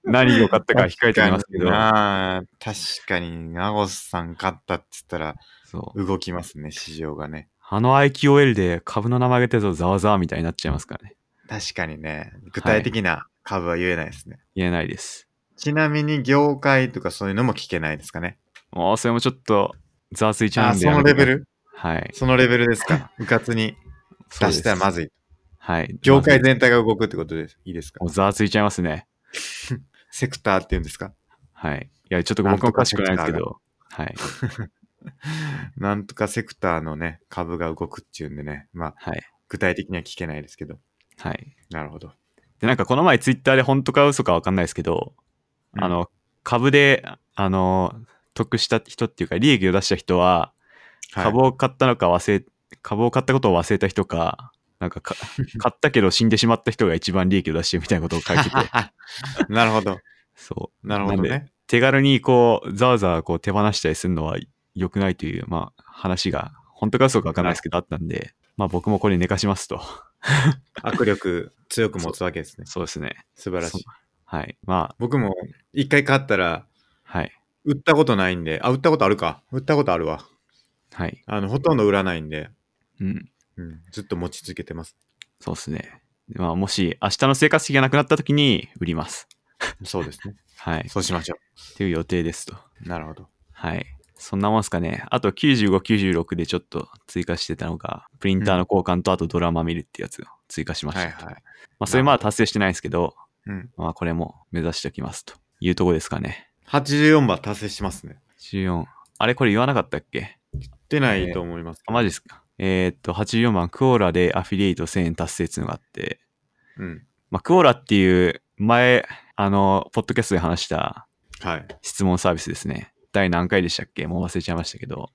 Speaker 2: 何を買ったか控えてみますけど、
Speaker 1: あ確かに、ナゴスさん買ったって言ったら
Speaker 2: そう。
Speaker 1: 動きますね、市場がね。
Speaker 2: あの IQL で株の名前が出るとざわざわみたいになっちゃいますからね。
Speaker 1: 確かにね、具体的な株は言えないですね。
Speaker 2: 言えないです。
Speaker 1: ちなみに業界とかそういうのも聞けないですかね。
Speaker 2: もうそれもちょっと、ざわついちゃ
Speaker 1: あ
Speaker 2: うんで。
Speaker 1: そのレベル
Speaker 2: はい。
Speaker 1: そのレベルですか。うかつに 出
Speaker 2: そうです
Speaker 1: したらまずい。
Speaker 2: はい。
Speaker 1: 業界全体が動くってことです。いいですか
Speaker 2: もうざわついちゃいますね。
Speaker 1: セクターっていうんですか
Speaker 2: はい。いや、ちょっと僕も詳しくないんですけ
Speaker 1: なん
Speaker 2: ど、はい。
Speaker 1: なんとかセクターのね、株が動くっていうんでね。まあ、
Speaker 2: はい。
Speaker 1: 具体的には聞けないですけど。
Speaker 2: はい。
Speaker 1: なるほど。
Speaker 2: で、なんかこの前ツイッターで本当か嘘かわかんないですけど、
Speaker 1: うん
Speaker 2: あの、株で、あの、得した人っていうか、利益を出した人は、
Speaker 1: はい
Speaker 2: 株を買ったのか忘れ、株を買ったことを忘れた人か、なん かか買ったけど死んでしまった人が一番利益を出してるみたいなことを書 いてて、
Speaker 1: なるほど。
Speaker 2: そう。
Speaker 1: なるほど
Speaker 2: なんで。
Speaker 1: ね。
Speaker 2: 手軽にこう、ざわざわこう手放したりするのは良くないという、まあ、話が、本当か嘘かわかんないですけど、あったんで、まあ僕もこれ寝かしますと。
Speaker 1: 握力強く持つわけですね。
Speaker 2: そうですね。
Speaker 1: 素晴らしい
Speaker 2: そ。はい。ま
Speaker 1: 僕も一回買ったら、
Speaker 2: あ、はい。
Speaker 1: 売ったことないんで、あ、売ったことあるか。売ったことあるわ。
Speaker 2: はい。
Speaker 1: あの、ほとんど売らないんで、
Speaker 2: うん。
Speaker 1: うん、ずっと持ち続けてます。
Speaker 2: そうですね。でまあ、もし、明日の生活費がなくなった時に売ります。
Speaker 1: そうです ね。
Speaker 2: はい。
Speaker 1: そうしましょ
Speaker 2: っていう予定ですと。
Speaker 1: う。なるほど。
Speaker 2: はい。そんなもんですかね。あと95、96でちょっと追加してたのが、プリンターの交換とあとドラマ見るってやつを追加しまし
Speaker 1: は
Speaker 2: た
Speaker 1: い
Speaker 2: と。
Speaker 1: はい。
Speaker 2: まあ、それまだ達成してないですけど、
Speaker 1: うん。
Speaker 2: まあ、これも目指しておきますというとこですかね。
Speaker 1: 84番達成しますね。
Speaker 2: 14。あれこれ言わなかったっけ
Speaker 1: 出ないと思います。
Speaker 2: あ、マジですか。えーっと、84番、クオーラでアフィリエイト1000円達成っていうのがあって、
Speaker 1: うん。
Speaker 2: まあ、クオーラっていう前、あの、ポッドキャストで話した
Speaker 1: はい。
Speaker 2: 質問サービスですね。第何回でしたっけもう忘れちゃいましたけど、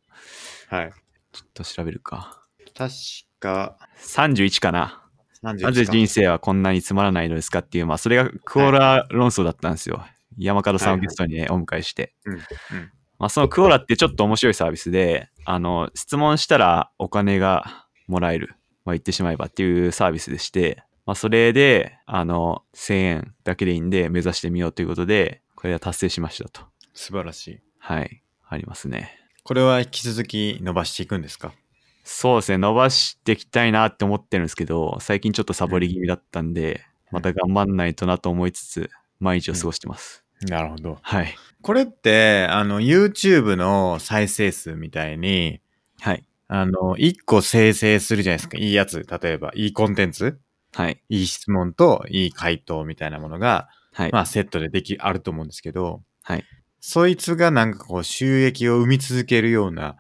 Speaker 1: はい。
Speaker 2: ちょっと調べるか。
Speaker 1: 確か、
Speaker 2: 31かな。
Speaker 1: 何時
Speaker 2: なぜ人生はこんなにつまらないのですかっていう、まあ、それがクオーラ論争だったんですよ。山門さんをゲストにね、お迎えして。
Speaker 1: うんうん
Speaker 2: まあ、そのクオーラってちょっと面白いサービスで、あの、質問したらお金がもらえる。まあ、言ってしまえばっていうサービスでして、まあ、それで、あの、1000円だけでいいんで目指してみようということで、これは達成しましたと。
Speaker 1: 素晴らしい。
Speaker 2: はい。ありますね。
Speaker 1: これは引き続き伸ばしていくんですか
Speaker 2: そうですね、伸ばしていきたいなって思ってるんですけど、最近ちょっとサボり気味だったんで、
Speaker 1: うん
Speaker 2: また頑張んないとなと思いつつ、毎日を過ごしてます。
Speaker 1: なるほど。
Speaker 2: はい。
Speaker 1: これって、あの、YouTube の再生数みたいに、
Speaker 2: はい。
Speaker 1: あの、一個生成するじゃないですか。いいやつ、例えば、いいコンテンツ、
Speaker 2: はい。
Speaker 1: いい質問といい回答みたいなものが、
Speaker 2: はい。
Speaker 1: まあ、セットででき、あると思うんですけど、
Speaker 2: はい。
Speaker 1: そいつがなんかこう、収益を生み続けるような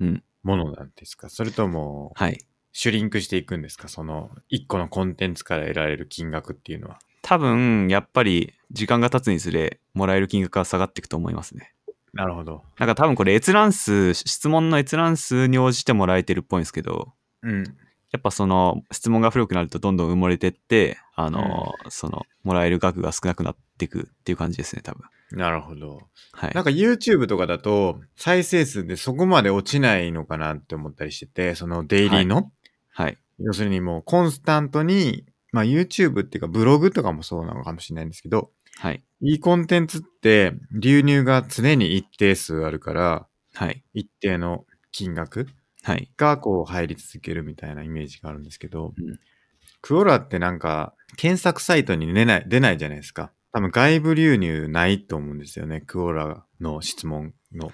Speaker 2: うん
Speaker 1: ものなんですか、それとも、
Speaker 2: はい。
Speaker 1: シュリンクしていくんですかその、一個のコンテンツから得られる金額っていうのは。
Speaker 2: 多分、やっぱり、時間が経つにつれ、もらえる金額は下がっていくと思いますね。
Speaker 1: なるほど。
Speaker 2: なんか多分これ閲覧数、質問の閲覧数に応じてもらえてるっぽいんですけど、
Speaker 1: うん。
Speaker 2: やっぱその質問が古くなるとどんどん埋もれてって、あの、その、もらえる額が少なくなっていくっていう感じですね、多分。
Speaker 1: なるほど。
Speaker 2: はい
Speaker 1: なん。か YouTube とかだと再生数でそこまで落ちないのかなって思ったりしてて、そのデイリーの、
Speaker 2: はい。
Speaker 1: 要するにもうコンスタントに、まあ YouTube っていうかブログとかもそうなのかもしれないんですけど、
Speaker 2: はい。
Speaker 1: いいコンテンツって流入が常に一定数あるから、
Speaker 2: はい。
Speaker 1: 一定の金額
Speaker 2: はい。
Speaker 1: がこう入り続けるみたいなイメージがあるんですけど、
Speaker 2: うん
Speaker 1: クオラってなんか検索サイトに出ない出ないじゃないですか。多分外部流入ないと思うんですよね。クオラの質問の。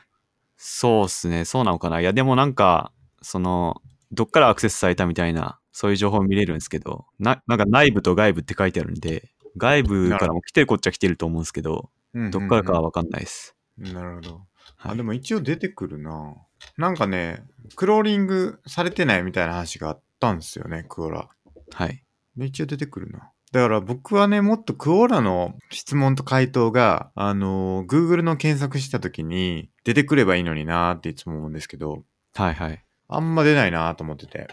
Speaker 2: そうっすね。そうなのかな。いや、でもなんか、その、どっからアクセスされたみたいな、そういう情報見れるんですけど、な、なんか内部と外部って書いてあるんで、外部からも来てるこっちゃ来てると思うんですけど、どっからかはわかんないです。
Speaker 1: なるほど。
Speaker 2: は
Speaker 1: あ
Speaker 2: い
Speaker 1: でも一応出てくるな。なんかね、クローリングされてないみたいな話があったんですよね、クオラ。
Speaker 2: はい。
Speaker 1: で一応出てくるな。だから僕はね、もっとクオラの質問と回答が、あのー、Google の検索した時に出てくればいいのになーっていつも思うんですけど、
Speaker 2: はいはい。
Speaker 1: あんま出ないなーと思ってて。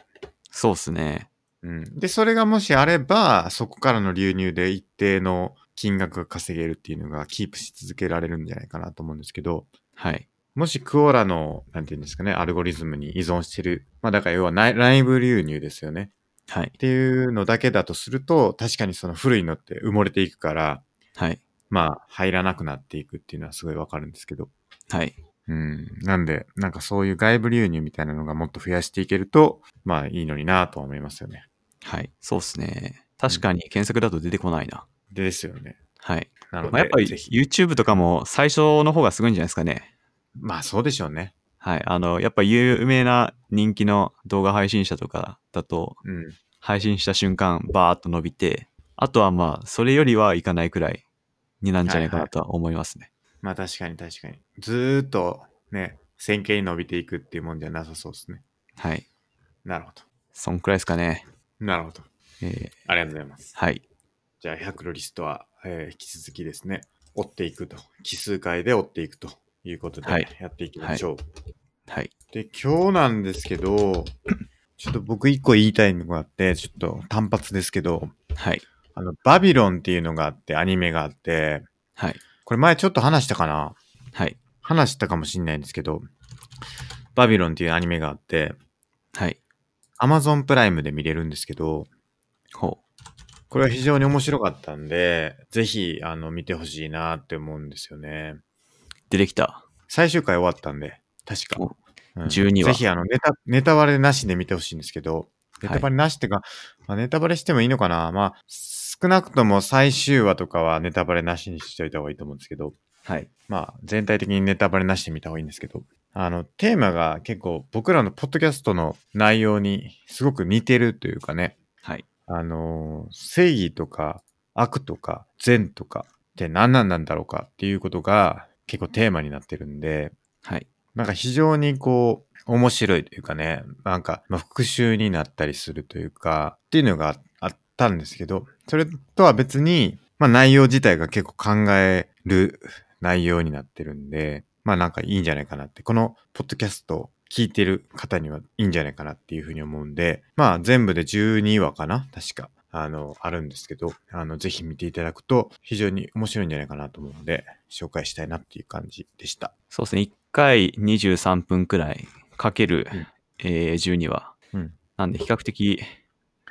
Speaker 2: そうっすね。
Speaker 1: うん。で、それがもしあれば、そこからの流入で一定の金額が稼げるっていうのがキープし続けられるんじゃないかなと思うんですけど、
Speaker 2: はい。
Speaker 1: もしクオラの、なんていうんですかね、アルゴリズムに依存してる。まあだから要は内内部流入ですよね。
Speaker 2: はい
Speaker 1: っ。ていうのだけだとすると、確かにその古いのって埋もれていくから、
Speaker 2: はい。
Speaker 1: まあ入らなくなっていくっていうのはすごいわかるんですけど。
Speaker 2: はい。
Speaker 1: うん。なんで、なんかそういう外部流入みたいなのがもっと増やしていけると、まあいいのになぁとは思いますよね。
Speaker 2: はい。そうっすね。確かに検索だと出てこないな。
Speaker 1: でですよね。
Speaker 2: はい。
Speaker 1: なので、
Speaker 2: まあ、やっぱり
Speaker 1: ぜひ。
Speaker 2: YouTube とかも最初の方がすごいんじゃないですかね。
Speaker 1: まあそうでしょうね。
Speaker 2: はい。あの、やっぱ有名な人気の動画配信者とかだと、
Speaker 1: うん。
Speaker 2: 配信した瞬間、バーっと伸びて、あとはまあ、それよりはいかないくらいになんじゃないかなとは思いますね。
Speaker 1: まあ確かに確かに。ずーっとね、線形に伸びていくっていうもんじゃなさそうですね。
Speaker 2: はい、
Speaker 1: なるほど。
Speaker 2: そんくらいですかね。
Speaker 1: なるほど。
Speaker 2: えー
Speaker 1: ありがとうございます。
Speaker 2: はい。
Speaker 1: じゃあ、100のリストは、えー引き続きですね、追っていくと。奇数回で追っていくということで
Speaker 2: はい、
Speaker 1: やっていきましょう。
Speaker 2: はい。
Speaker 1: で、今日なんですけど、 ちょっと僕一個言いたいのがあって、ちょっと単発ですけど、
Speaker 2: はい。
Speaker 1: あの、バビロンっていうのがあって、アニメがあって、
Speaker 2: はい。
Speaker 1: これ前ちょっと話したかな
Speaker 2: はい。
Speaker 1: 話したかもしんないんですけど、バビロンっていうアニメがあって、
Speaker 2: はい。
Speaker 1: Amazon プライムで見れるんですけど、
Speaker 2: ほ
Speaker 1: これは非常に面白かったんで、ぜひ、あの、見てほしいなって思うんですよね。
Speaker 2: う。出てきた。
Speaker 1: 最終回終わったんで、確か
Speaker 2: お。
Speaker 1: うん
Speaker 2: 12話
Speaker 1: ぜひ、あの、ネタ、ネタバレなしで見てほしいんですけど、ネタバレなしっていうか、まあ、ネタバレしてもいいのかなまあ、少なくとも最終話とかはネタバレなしにしといた方がいいと思うんですけど、
Speaker 2: はい。
Speaker 1: まあ、全体的にネタバレなしで見た方がいいんですけど、あの、テーマが結構僕らのポッドキャストの内容にすごく似てるというかね、
Speaker 2: はい。
Speaker 1: あのー正義とか悪とか善とかって何なんなんだろうかっていうことが結構テーマになってるんで、
Speaker 2: はい。
Speaker 1: なんか非常にこう、面白いというかね、なんか、まあ、復讐になったりするというか、っていうのがあったんですけど、それとは別に、まあ内容自体が結構考える内容になってるんで、まあなんかいいんじゃないかなって、このポッドキャストを聞いてる方にはいいんじゃないかなっていうふうに思うんで、まあ全部で12話かな確か。あの、あるんですけど、あの、ぜひ見ていただくと非常に面白いんじゃないかなと思うので、紹介したいなっていう感じでした。
Speaker 2: そうですね。1回23分くらいかける、
Speaker 1: うん
Speaker 2: えー12は。
Speaker 1: うん
Speaker 2: なんで、比較的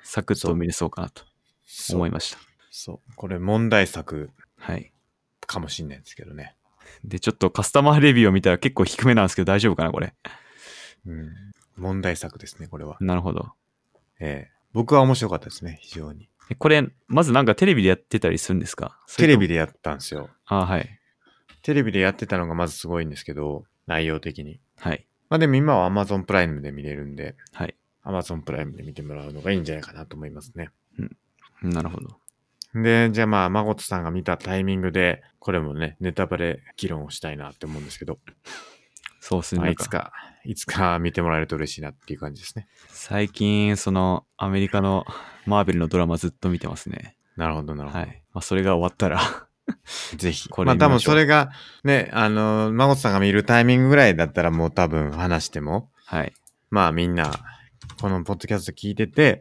Speaker 2: サクッ
Speaker 1: そ
Speaker 2: と
Speaker 1: う
Speaker 2: 見れそうかなと
Speaker 1: そう
Speaker 2: 思いました。
Speaker 1: そう。これ問題作
Speaker 2: はい。
Speaker 1: かもしんないですけどね。
Speaker 2: で、ちょっとカスタマーレビューを見たら結構低めなんですけど大丈夫かなこれ。
Speaker 1: うん。問題作ですね、これは。
Speaker 2: なるほど。
Speaker 1: ええ僕は面白かったですね、非常に。
Speaker 2: えこれ、まずなんかテレビでやってたりするんですか
Speaker 1: テレビで
Speaker 2: で。
Speaker 1: やったんですよ。
Speaker 2: あはい。
Speaker 1: テレビでやってたのがまずすごいんですけど、内容的に。
Speaker 2: はい。
Speaker 1: まあでも今は Amazon プライムで見れるんで、
Speaker 2: はい。
Speaker 1: Amazon プライムで見てもらうのがいいんじゃないかなと思いますね。
Speaker 2: なるほど。
Speaker 1: で、じゃあまあ、誠さんが見たタイミングで、これもね、ネタバレ議論をしたいなって思うんですけど、
Speaker 2: そうですね。
Speaker 1: まあ
Speaker 2: なん
Speaker 1: いつか、いつか見てもらえると嬉しいなっていう感じですね。
Speaker 2: 最近、その、アメリカのマーベルのドラマずっと見てますね。
Speaker 1: なるほど、なるほど。
Speaker 2: はい。まあ、それが終わったら、
Speaker 1: ぜひ。
Speaker 2: これ
Speaker 1: まあ
Speaker 2: 見ましょ
Speaker 1: 多
Speaker 2: う
Speaker 1: 分それが、ね、あの、誠さんが見るタイミングぐらいだったらもう多分話しても、
Speaker 2: はい。
Speaker 1: まあみんな、このポッドキャスト聞いてて、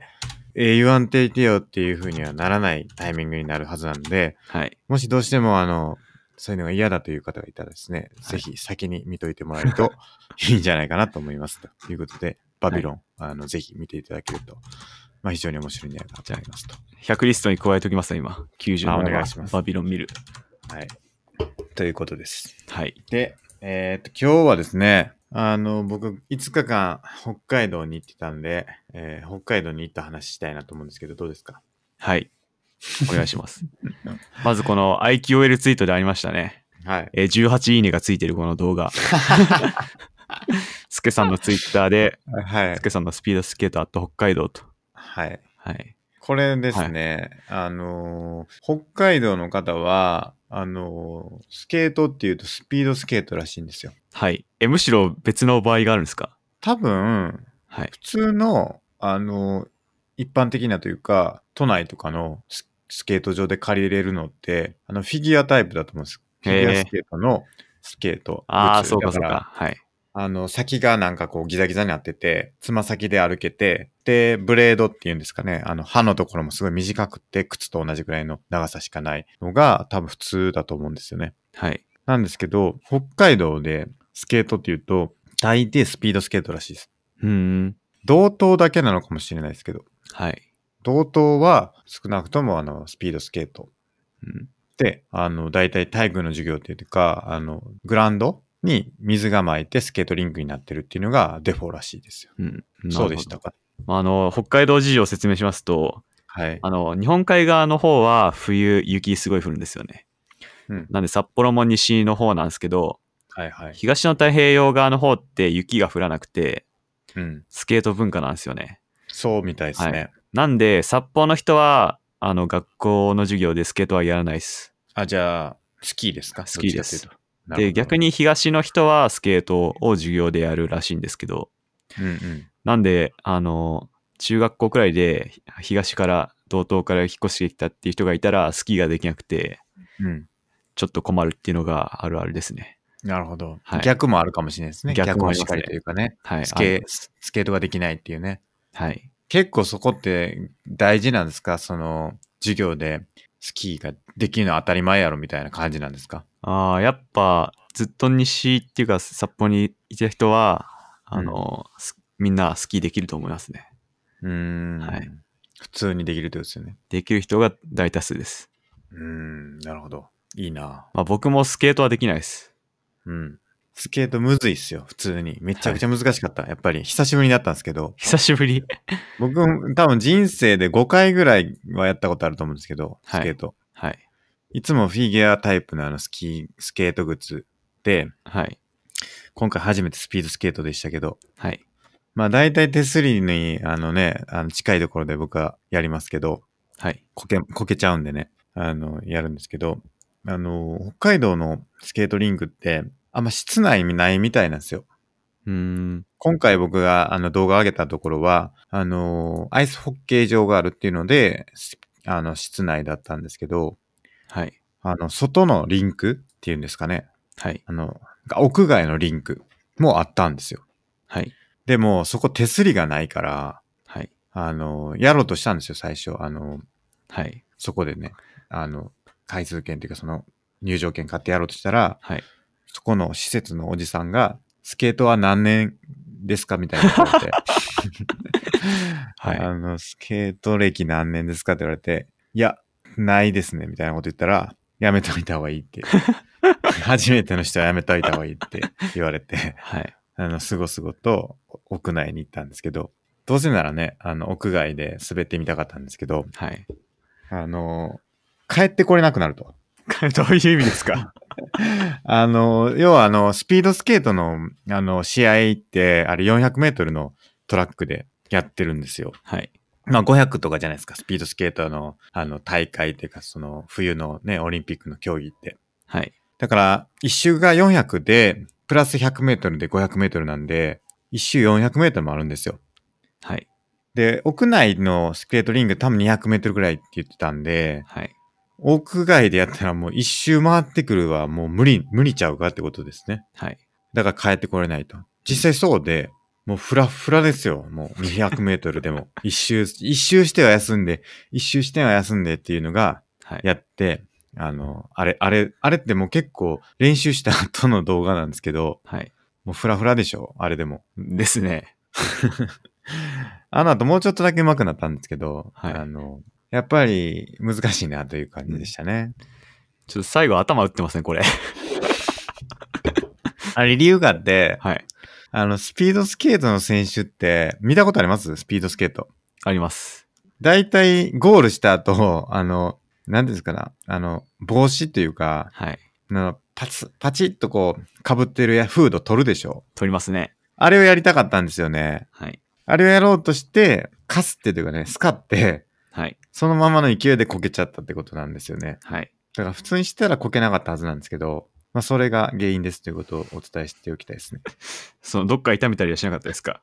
Speaker 1: えー、言わんといてよっていう風にはならないタイミングになるはずなんで、
Speaker 2: はい。
Speaker 1: もしどうしても、あの、そういうのが嫌だという方がいたらですね、
Speaker 2: は
Speaker 1: ぜ
Speaker 2: い
Speaker 1: ひ先に見といてもらえるといいんじゃないかなと思います。ということで、バビロン、あの、ぜひ見ていただけると、まあ非常に面白いんじゃないかなと思いますと。
Speaker 2: 100リストに加えておきますね、今。90
Speaker 1: あ
Speaker 2: の
Speaker 1: お願いします
Speaker 2: バビロン見る。
Speaker 1: はい。ということです。
Speaker 2: はい。
Speaker 1: で、えーっと、今日はですね、あの、僕、5日間、北海道に行ってたんで、えー北海道に行った話したいなと思うんですけど、どうですか
Speaker 2: はい。お願いします。 まずこの IQL ツイートでありましたね。
Speaker 1: はい。
Speaker 2: えー18いいねがついてるこの動 画。スケさんのツイッターで、
Speaker 1: はい
Speaker 2: ス。ケさんのスピードスケートアット北海道と。
Speaker 1: はい。
Speaker 2: はい。
Speaker 1: これですね、あのー北海道の方は、あのースケートっていうとスピードスケートらしいんですよ。
Speaker 2: はい。え、むしろ別の場合があるんですか
Speaker 1: 多分、
Speaker 2: はい。
Speaker 1: 普通の、あのー一般的なというか、都内とかのススケート場で借りれるのって、あの、フィギュアタイプだと思うんです。フィギュアスケートのスケート。
Speaker 2: ああ、
Speaker 1: 靴
Speaker 2: そうかそう。
Speaker 1: だら
Speaker 2: か。はい。
Speaker 1: あの、先がなんかこうギザギザになってて、つま先で歩けて、で、ブレードっていうんですかね、あの、刃のところもすごい短くて、靴と同じくらいの長さしかないのが多分普通だと思うんですよね。
Speaker 2: はい。
Speaker 1: なんですけど、北海道でスケートっていうと、大抵スピードスケートらしいです。
Speaker 2: うーん。
Speaker 1: 同等だけなのかもしれないですけど、
Speaker 2: はい。
Speaker 1: 同等は少なくともあの、スピードスケート
Speaker 2: うん
Speaker 1: で、あの、大体体育の授業っていうか、あの、グラウンドに水が巻いてスケートリンクになってるっていうのがデフォらしいですよ。
Speaker 2: うん。なるほど
Speaker 1: そうでした。か。
Speaker 2: まああの、北海道事情を説明しますと、
Speaker 1: はい。
Speaker 2: あの、日本海側の方は冬、雪すごい降るんですよね。
Speaker 1: うん
Speaker 2: なんで札幌も西の方なんですけど、
Speaker 1: はいはい。
Speaker 2: 東の太平洋側の方って雪が降らなくて、
Speaker 1: うん。
Speaker 2: スケート文化なんですよね。
Speaker 1: そうみたいですね。
Speaker 2: なんで、札幌の人は、あの、学校の授業でスケートはやらないです。
Speaker 1: あ、じゃあ、スキーですか
Speaker 2: スキーです。
Speaker 1: どっちかっていうと
Speaker 2: で、逆
Speaker 1: に。
Speaker 2: に東の人はスケートを授業でやるらしいんですけど、
Speaker 1: うんうん。
Speaker 2: なんで、あの、中学校くらいで東から、道東から引っ越してきたっていう人がいたら、スキーができなくて、
Speaker 1: うん。
Speaker 2: ちょっと困るっていうのがあるあるですね。
Speaker 1: なるほど、
Speaker 2: はい
Speaker 1: 逆もあるかもしれないですね。
Speaker 2: 逆
Speaker 1: 逆
Speaker 2: もあ
Speaker 1: も
Speaker 2: り
Speaker 1: し
Speaker 2: ま
Speaker 1: っ
Speaker 2: す
Speaker 1: か
Speaker 2: ね
Speaker 1: りというかね。
Speaker 2: はい。
Speaker 1: スケススケートができないっていうね。
Speaker 2: あのはい。
Speaker 1: 結構そこって大事なんですかその、授業でスキーができるのは当たり前やろみたいな感じなんですか
Speaker 2: ああ、やっぱ、ずっと西っていうか、札幌にいた人は、あの、すみんなスキーできると思いますね。
Speaker 1: うーん、
Speaker 2: はい
Speaker 1: 普通にできるってことですよね。
Speaker 2: できる人が大多数です。
Speaker 1: うーん、なるほど。いいな
Speaker 2: まあ僕もスケートはできないです。
Speaker 1: うん。スケートむずいっすよ、普通に。めちゃくちゃ難しかった。やっぱり、久しぶりになったんですけど、
Speaker 2: 久しぶり。
Speaker 1: 僕、多分人生で5回ぐらいはやったことあると思うんですけど、
Speaker 2: はい
Speaker 1: スケート。
Speaker 2: はい。
Speaker 1: い、つもフィギュアタイプのあのスキー、スケート靴で、
Speaker 2: はい。
Speaker 1: 今回初めてスピードスケートでしたけど、
Speaker 2: はい。
Speaker 1: まあ大体手すりに、あのね、あの近いところで僕はやりますけど、
Speaker 2: はい。
Speaker 1: こけ、こけちゃうんでね、あの、やるんですけど、あの、北海道のスケートリンクって、あんま室内にないみたいなんですよ。
Speaker 2: うーん。
Speaker 1: 今回僕があの動画上げたところは、あのアイスホッケー場があるっていうので、しあの、室内だったんですけど、
Speaker 2: はい。
Speaker 1: あの、外のリンクっていうんですかね。
Speaker 2: はい。
Speaker 1: あの、屋外のリンクもあったんですよ。
Speaker 2: はい。
Speaker 1: でも、そこ手すりがないから、
Speaker 2: はい。
Speaker 1: あの、やろうとしたんですよ、最初。あの、
Speaker 2: はい。
Speaker 1: そこでね、あの、回数券っていうか、その、入場券買ってやろうとしたら、
Speaker 2: はい。
Speaker 1: そこの施設のおじさんが、スケートは何年ですかみたいなこと言われて。
Speaker 2: はい。
Speaker 1: あの、スケート歴何年ですかって言わ れて、いや、ないですね、みたいなこと言ったら、やめといた方がいいって。初めての人はやめといた方がいいって言われて、
Speaker 2: はい。
Speaker 1: あの、すごすごと屋内に行ったんですけど、どうせならね、あの、屋外で滑ってみたかったんですけど、
Speaker 2: はい。
Speaker 1: あの、帰ってこれなくなると。
Speaker 2: どういう意味ですか
Speaker 1: あの、要はあの、スピードスケートの、あの、試合って、あれ400メートルのトラックでやってるんですよ。
Speaker 2: はい。
Speaker 1: まあ500とかじゃないですか、スピードスケートの、あの、大会っていうか、その、冬のね、オリンピックの競技って。
Speaker 2: はい。
Speaker 1: だから、一周が400で、プラス100メートルで500メートルなんで、一周400メートルもあるんですよ。
Speaker 2: はい。
Speaker 1: で、屋内のスケートリング多分200メートルぐらいって言ってたんで、
Speaker 2: はい。
Speaker 1: 屋外でやったらもう一周回ってくるはもう無理、無理ちゃうかってことですね。
Speaker 2: はい。
Speaker 1: だから帰ってこれないと。実際そうで、もうフラフラですよ。もう200メートルでも。 一周、一周しては休んで、一周しては休んでっていうのが
Speaker 2: はい。
Speaker 1: やって、あの、あれ、あれ、あれってもう結構練習した後の動画なんですけど、
Speaker 2: はい。
Speaker 1: もうフラフラでしょあれでも。
Speaker 2: ですね。
Speaker 1: あの後もうちょっとだけ上手くなったんですけど、
Speaker 2: はい
Speaker 1: あの、やっぱり難しいなという感じでしたね。
Speaker 2: ちょっと最後頭打ってますね、 これ。
Speaker 1: あれ理由があって、
Speaker 2: はい。
Speaker 1: あの、スピードスケートの選手って、見たことありますスピードスケート。
Speaker 2: あります。
Speaker 1: 大体、ゴールした後、あの、何ですかな、あの、帽子っていうか、
Speaker 2: はい。
Speaker 1: あのパツ、パチッとこう、被ってるやフード取るでしょ
Speaker 2: 取りますね。
Speaker 1: あれをやりたかったんですよね。
Speaker 2: はい。
Speaker 1: あれをやろうとして、かすってというかね、スカって、
Speaker 2: はい。
Speaker 1: そのままの勢いでこけちゃったってことなんですよね。
Speaker 2: はい。
Speaker 1: だから普通にしてたらこけなかったはずなんですけど、まあ、それが原因ですということをお伝えしておきたいですね。
Speaker 2: その、どっか痛めたりはしなかったですか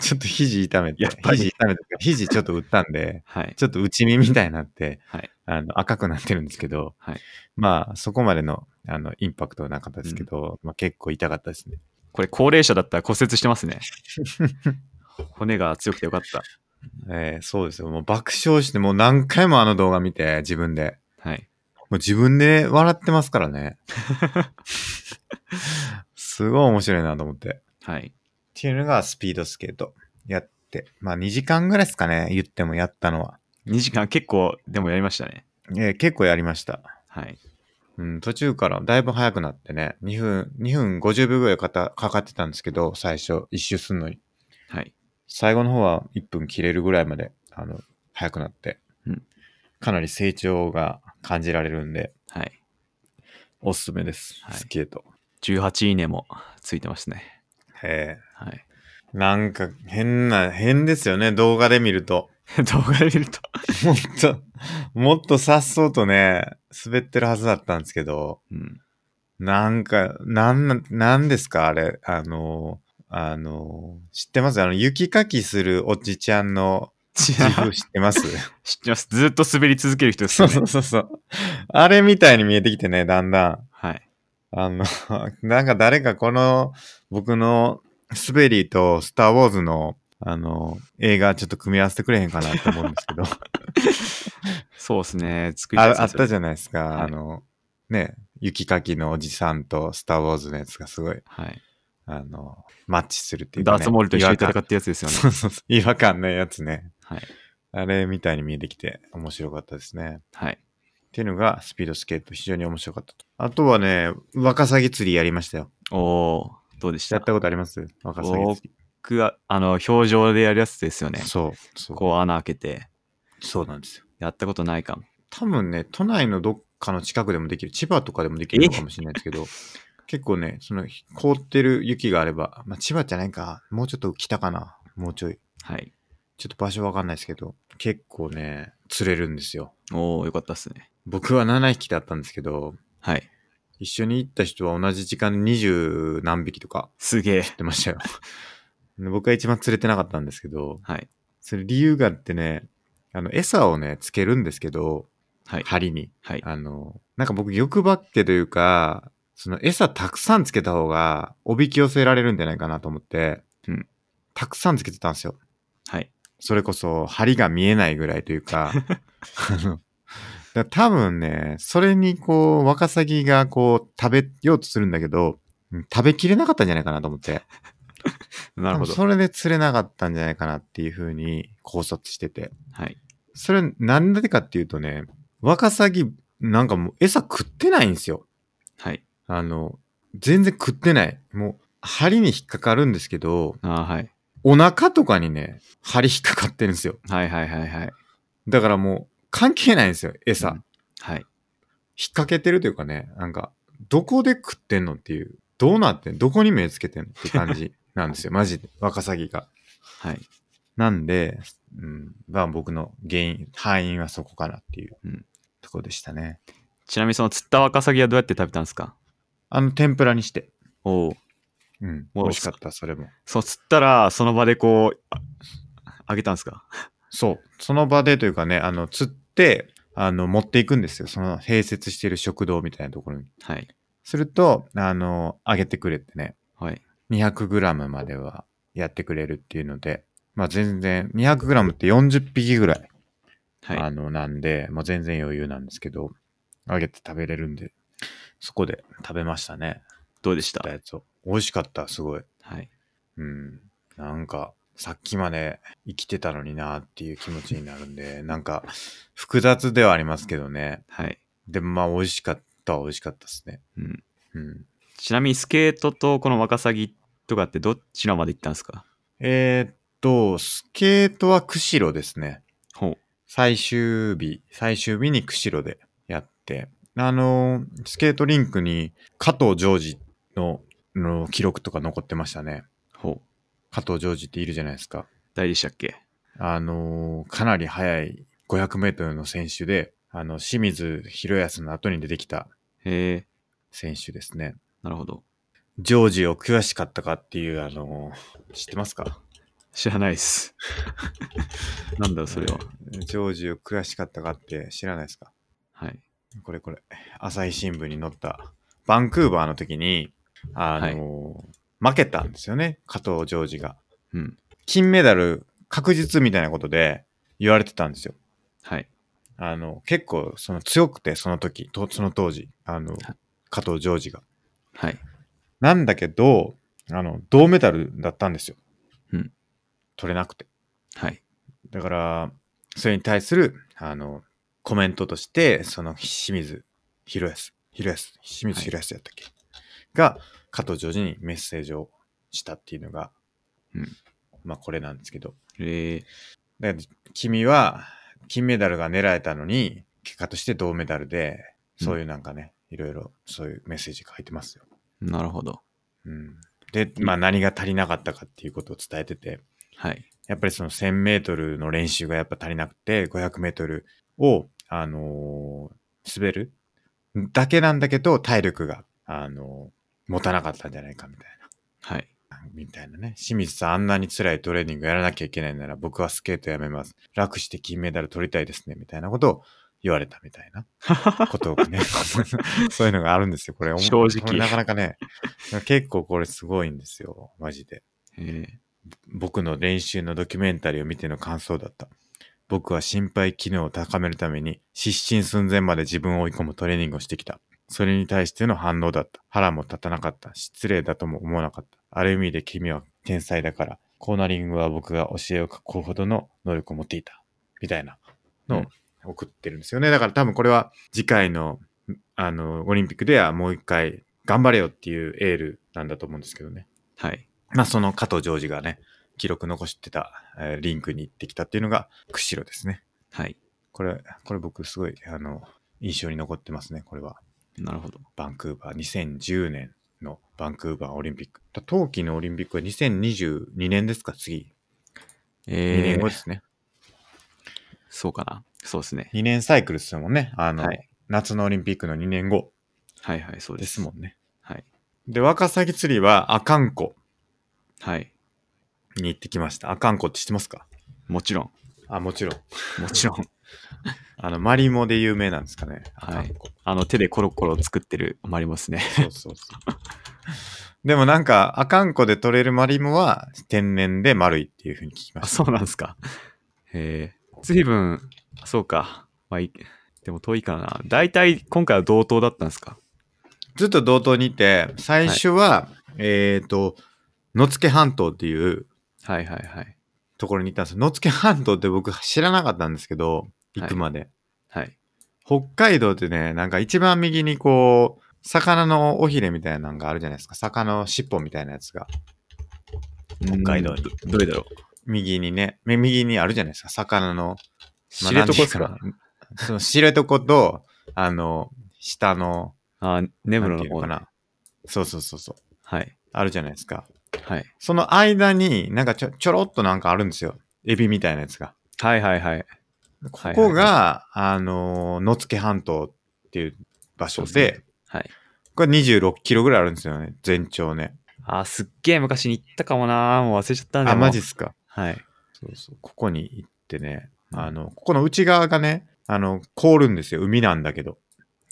Speaker 1: ちょっと肘痛めて、
Speaker 2: やっぱり
Speaker 1: 肘痛めて、肘ちょっと打ったんで、
Speaker 2: はい。
Speaker 1: ちょっと内身みたいになって、
Speaker 2: はい。
Speaker 1: あの赤くなってるんですけど、
Speaker 2: はい
Speaker 1: まあそこまでのあのインパクトはなかったですけど、まあ、結構痛かったですね。
Speaker 2: これ、高齢者だったら骨折して ますね。骨が強くてよかった。
Speaker 1: えーそうですよ。もう爆笑して、もう何回もあの動画見て、自分で。
Speaker 2: はい。
Speaker 1: もう自分で笑ってますから ね。すごい面白いなと思って。
Speaker 2: はい。
Speaker 1: っていうのがスピードスケートやって、まあ2時間ぐらいですかね、言ってもやったのは。
Speaker 2: 2時間結構、でもやりましたね。
Speaker 1: えー結構やりました。
Speaker 2: はい。
Speaker 1: うん、途中からだいぶ早くなってね、2分、2分50秒ぐらいかたかかってたんですけど、最初、一周すんのに。
Speaker 2: はい。
Speaker 1: 最後の方は1分切れるぐらいまで、あの、早くなって、
Speaker 2: うん
Speaker 1: かなり成長が感じられるんで、
Speaker 2: はい。
Speaker 1: おすすめです、
Speaker 2: はい
Speaker 1: スケート。
Speaker 2: 18いいねもついてますね。
Speaker 1: へ
Speaker 2: はい。
Speaker 1: え。なんか変な、変ですよね、動画で見ると。
Speaker 2: 動画で見ると。
Speaker 1: もっと、もっとさっそうとね、滑ってるはずだったんですけど、
Speaker 2: うん。
Speaker 1: なんか、なんな、なんですかあれ、あの、あの、知ってますあの、雪かきするおじちゃんの
Speaker 2: 知
Speaker 1: 自負知ってます
Speaker 2: 知ってます。ずっと滑り続ける人です
Speaker 1: そ
Speaker 2: よ
Speaker 1: う
Speaker 2: ね
Speaker 1: そ。うそうそう。あれみたいに見えてきてね、だんだん。
Speaker 2: はい。
Speaker 1: あの、 なんか誰かこの、僕の滑りとスター・ウォーズの、あの、映画ちょっと組み合わせてくれへんかなと思うんですけど。
Speaker 2: そうですね。作りたい
Speaker 1: あ
Speaker 2: ですね
Speaker 1: あったじゃないですか、
Speaker 2: はい
Speaker 1: あのね雪かきのおじさんと「スター・ウォーズ」のやつがすごい
Speaker 2: はい。
Speaker 1: あのマッチするっていうか、ね、
Speaker 2: ダーツモールと一緒に戦
Speaker 1: 違和
Speaker 2: ったやつですよ
Speaker 1: 感
Speaker 2: ね。
Speaker 1: そうそうそう違和感ないやつね
Speaker 2: はい。
Speaker 1: あれみたいに見えてきて面白かったですね
Speaker 2: はい。
Speaker 1: っていうのがスピードスケート非常に面白かったとあとはねワカサギ釣りやりましたよ
Speaker 2: おおどうでし
Speaker 1: や
Speaker 2: た
Speaker 1: ったことありますワカサギ釣
Speaker 2: 僕は、あの、表情でやるやつですよ
Speaker 1: り、
Speaker 2: ね。
Speaker 1: そうそう
Speaker 2: こう穴開けて、
Speaker 1: そうなんですよ
Speaker 2: やったことないかも。
Speaker 1: 多分ね都内のどっかの近くでもできる千葉とかでもできるのかもしれないですけど結構ねその凍ってる雪があれば、まあ、千葉じゃないかもうちょっと北かなもうちょい
Speaker 2: はい。
Speaker 1: ちょっと場所わかんないですけど結構ね釣れるんですよ
Speaker 2: おおよかったっすね。
Speaker 1: 僕は7匹だったんですけど
Speaker 2: はい。
Speaker 1: 一緒に行った人は同じ時間で20何匹とか
Speaker 2: すげえ。
Speaker 1: 出ましたよ で僕は一番釣れてなかったんですけど
Speaker 2: はい。
Speaker 1: それ理由があってねあの餌をねつけるんですけど
Speaker 2: はい。
Speaker 1: 針に
Speaker 2: はい。
Speaker 1: あの、なんか僕欲張ってというか、その餌たくさんつけた方がおびき寄せられるんじゃないかなと思って、
Speaker 2: うん
Speaker 1: たくさんつけてたんですよ。
Speaker 2: はい。
Speaker 1: それこそ針が見えないぐらいというか、あの、だから多分ね、それにこう、ワカサギがこう、食べようとするんだけど、うん食べきれなかったんじゃないかなと思って。
Speaker 2: なるほど。
Speaker 1: それで釣れなかったんじゃないかなっていうふうに考察してて。
Speaker 2: はい。
Speaker 1: それなんでかっていうとね、ワカサギなんかもう餌食ってないんですよ。
Speaker 2: はい。
Speaker 1: あの、全然食ってない。もう、針に引っかかるんですけど、
Speaker 2: あーはい。
Speaker 1: お腹とかにね、針引っかかってるんですよ。
Speaker 2: はいはいはいはい。
Speaker 1: だからもう、関係ないんですよ、餌。
Speaker 2: うんはい。
Speaker 1: 引っ掛けてるというかね、なんか、どこで食ってんのっていう、どうなってんどこに目つけてんのって感 じなんですよ、マジで。ワカサギが。
Speaker 2: はい。
Speaker 1: なんで、うん、まあ僕の原因、敗因はそこかなっていう、
Speaker 2: うん
Speaker 1: とこでしたね。
Speaker 2: ちなみにその釣ったワカサギはどうやって食べたんですか
Speaker 1: あの、天ぷらにして。
Speaker 2: おお。
Speaker 1: うん、
Speaker 2: お
Speaker 1: 美味しかった、それも。
Speaker 2: そう釣ったら、その場でこう、ああげたんですか
Speaker 1: そう。その場でというかね、あの、釣って、あの、持っていくんですよ。その併設してる食堂みたいなところに。
Speaker 2: はい。
Speaker 1: すると、あの、あげてくれってね、
Speaker 2: はい。
Speaker 1: 200g まではやってくれるっていうので、まあ全然、200g って40匹ぐらい、
Speaker 2: は
Speaker 1: あ
Speaker 2: い。
Speaker 1: の、なんで、まあ全然余裕なんですけど、あげて食べれるんで、そこで食べましたね、
Speaker 2: どうでした
Speaker 1: たやつを。美味しかった、すごい。
Speaker 2: はい。
Speaker 1: うん。なんか、さっきまで生きてたのになっていう気持ちになるん で、なんか、複雑ではありますけどね。
Speaker 2: はい。
Speaker 1: でもまあ、美味しかったは美味しかったですね。
Speaker 2: うん。
Speaker 1: うん。
Speaker 2: ちなみにスケートとこのワカサギとかってどっちらまで行ったんですか
Speaker 1: えーっと、スケートは釧路ですね。
Speaker 2: ほう。
Speaker 1: 最終日、最終日に釧路でやって、あのースケートリンクに加藤ジョージのの記録とか残ってましたね。
Speaker 2: ほう。
Speaker 1: 加藤ジョージっているじゃないですか。
Speaker 2: 誰でしたっけ
Speaker 1: あのーかなり速い500メートルの選手で、あの、清水博康の後に出てきた
Speaker 2: へえ、
Speaker 1: 選手ですね。
Speaker 2: なるほど。
Speaker 1: ジョージを悔しかったかっていう、あのー知ってますか
Speaker 2: 知らないっす。 なんだろう、それは。
Speaker 1: ジョージを悔しかったかって知らないですか
Speaker 2: はい。
Speaker 1: これこれ。朝日新聞に載った、バンクーバーの時に、あのー負けたんですよね、加藤ジョージが。
Speaker 2: うん。
Speaker 1: 金メダル確実みたいなことで言われてたんですよ。
Speaker 2: はい。
Speaker 1: あの、結構、その強くて、その時、とその当時、あの、加藤ジョージが。
Speaker 2: はい。
Speaker 1: なんだけど、あの、銅メダルだったんですよ。
Speaker 2: うん。
Speaker 1: 取れなくて。
Speaker 2: はい。
Speaker 1: だから、それに対する、あの、コメントとして、その、清水博康、博康、清水博康やったっけ、が、加藤ジョージにメッセージをしたっていうのが、
Speaker 2: うん
Speaker 1: まあ、これなんですけど。
Speaker 2: えー、
Speaker 1: だから君は、金メダルが狙えたのに、結果として銅メダルで、そういうなんかね、いろいろ、そういうメッセージが入ってますよ。
Speaker 2: なるほど。
Speaker 1: うん。で、まあ、何が足りなかったかっていうことを伝えてて、
Speaker 2: はい。
Speaker 1: やっぱりその1000メートルの練習がやっぱ足りなくて、500メートルを、あのー滑るだけなんだけど、体力が、あのー持たなかったんじゃないかみたい
Speaker 2: はい。
Speaker 1: な。みたいなね。清水さんあんなに辛いトレーニングやらなきゃいけないなら僕はスケートやめます。楽して金メダル取りたいですね。みたいなことを言われたみたいなことを ね。そういうのがあるんですよ。これおも
Speaker 2: 正直
Speaker 1: これなかなかね、結構これすごいんですよ。マジで。
Speaker 2: えー、
Speaker 1: 僕の練習のドキュメンタリーを見ての感想だった。僕は心肺機能を高めるために失神寸前まで自分を追い込むトレーニングをしてきた。それに対しての反応だった。腹も立たなかった。失礼だとも思わなかった。ある意味で君は天才だから、コーナリングは僕が教えを書くほどの能力を持っていた。みたいなのを送ってるんですよね。だから多分これは次回の、あの、オリンピックではもう一回頑張れよっていうエールなんだと思うんですけどね。
Speaker 2: はい。
Speaker 1: まあ、その加藤ジョージがね、記録残してた、えーリンクに行ってきたっていうのが、釧路ですね。
Speaker 2: はい。
Speaker 1: これ、これ僕すごい、あの、印象に残ってますね、これは。
Speaker 2: なるほど。
Speaker 1: バンクーバー、2010年のバンクーバーオリンピック。だ冬季のオリンピックは2022年ですか、次。2
Speaker 2: え
Speaker 1: 年後
Speaker 2: ー
Speaker 1: で、すね。
Speaker 2: そうかな。そうですね。
Speaker 1: 2年サイクルですもんね。あの、
Speaker 2: はい
Speaker 1: 夏のオリンピックの2年後
Speaker 2: はいはい、そうで。
Speaker 1: ですすもんね。
Speaker 2: はい。
Speaker 1: で、ワカサギ釣りは、阿寒湖
Speaker 2: はい。
Speaker 1: に行ってきました。阿寒湖って知ってますか
Speaker 2: もちろん。
Speaker 1: あ、もちろん。
Speaker 2: もちろ ん。
Speaker 1: あの、マリモで有名なんですかね。阿
Speaker 2: はい
Speaker 1: 寒湖。
Speaker 2: あの、手でコロコロ作ってる、あり ますね。
Speaker 1: そうそうそう。でもなんか、阿寒湖で取れるマリモは天然で丸いっていうふうに聞きま
Speaker 2: あ、
Speaker 1: し
Speaker 2: そうなんですか。えー、随分、あそうか。まあいい、でも遠いからな。大体、今回は同等だったんですか
Speaker 1: た。ずっと道東にいて、最初は、えっ、と、野付半島っていう
Speaker 2: はいはいはい。
Speaker 1: ところに行ったんです野付半島って僕知らなかったんですけど、行くまで。
Speaker 2: はい。
Speaker 1: 北海道ってね、なんか一番右にこう、魚の尾ひれみたいなのがあるじゃないですか。魚の尻尾みたいなやつが。
Speaker 2: 北
Speaker 1: 海道に
Speaker 2: どどれだろう
Speaker 1: 右にね、み右にあるじゃないですか。魚の。
Speaker 2: 知床っす
Speaker 1: まあな
Speaker 2: か
Speaker 1: んていうなその知床と、あの、下の、
Speaker 2: あー、根室
Speaker 1: なん
Speaker 2: の
Speaker 1: ていうの
Speaker 2: 方
Speaker 1: か
Speaker 2: ね
Speaker 1: な。そうそうそうそう。
Speaker 2: はい。
Speaker 1: あるじゃないですか。
Speaker 2: はい。
Speaker 1: その間に、なんかちょちょろっとなんかあるんですよ。エビみたいなやつが。
Speaker 2: はいはいはい。
Speaker 1: こ
Speaker 2: はい
Speaker 1: こが、あのー、野付半島っていう場所
Speaker 2: そうで
Speaker 1: で、
Speaker 2: すはい。
Speaker 1: これ26キロぐらいあるんですよね、全長ね。
Speaker 2: あー、すっげえ昔に行ったかもなーもう忘れちゃったんだ
Speaker 1: あ、
Speaker 2: よ。
Speaker 1: マジっすか。
Speaker 2: はい。
Speaker 1: そうそう。ここに行ってね、
Speaker 2: うん
Speaker 1: あの、ここの内側がね、あの、凍るんですよ。海なんだけど、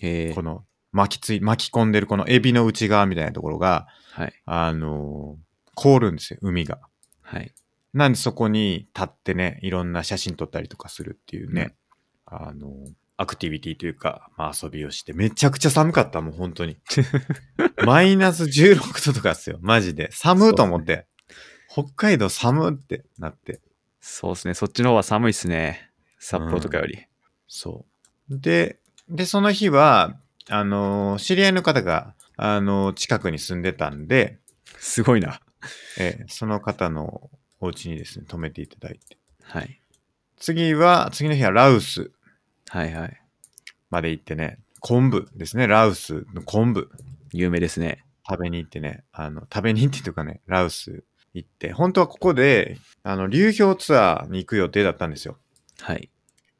Speaker 2: え
Speaker 1: こ
Speaker 2: ー、
Speaker 1: の巻きつい、巻き込んでるこのエビの内側みたいなところが、
Speaker 2: はい。
Speaker 1: あのー、凍るんですよ、海が。
Speaker 2: はい。
Speaker 1: なんでそこに立ってね、いろんな写真撮ったりとかするっていうね、あの、アクティビティというか、まあ遊びをして、めちゃくちゃ寒かった、もう本当に。 マイナス16度とかっすよ、マジで。寒いと思って。北海道寒ってなって。
Speaker 2: そうですね。そっちの方は寒いっすね。札幌とかより。
Speaker 1: そう。で、で、その日は、あの、知り合いの方が、あの、近くに住んでたんで、
Speaker 2: すごいな。
Speaker 1: ええその方のお家にですね、泊めていただいて。
Speaker 2: はい。
Speaker 1: 次は、次の日はラウス
Speaker 2: はいはい。
Speaker 1: まで行ってね、昆布ですね、ラウスの昆布
Speaker 2: 有名ですね。
Speaker 1: 食べに行ってね、あの、食べに行ってというかね、ラウス行って、本当はここで、あの、流氷ツアーに行く予定だったんですよ。
Speaker 2: はい。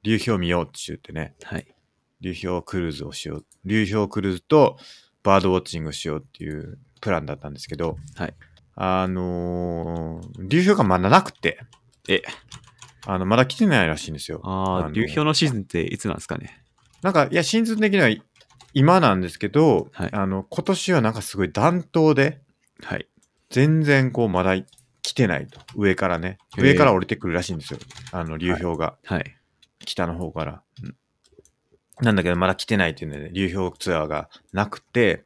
Speaker 1: 流氷見ようって言ってね、
Speaker 2: はい。
Speaker 1: 流氷クルーズをしよう、流氷クルーズとバードウォッチングしようっていうプランだったんですけど、
Speaker 2: はい
Speaker 1: あのー流氷がまだなくて、
Speaker 2: え
Speaker 1: あの、まだ来てないらしいんですよ。
Speaker 2: あ
Speaker 1: あ
Speaker 2: あ、
Speaker 1: の
Speaker 2: 流氷のシーズンっていつなんですかね。
Speaker 1: なんか、いや、シーズン的には今なんですけど、
Speaker 2: はい
Speaker 1: あの、今年はなんかすごい暖冬で、
Speaker 2: はい。
Speaker 1: 全然こう、まだ来てないと。上からね。
Speaker 2: へー
Speaker 1: 上から降りてくるらしいんですよ。あの、流氷が、
Speaker 2: はい。
Speaker 1: 北の方から、うんなんだけど、まだ来てないっていうので、流氷ツアーがなくて、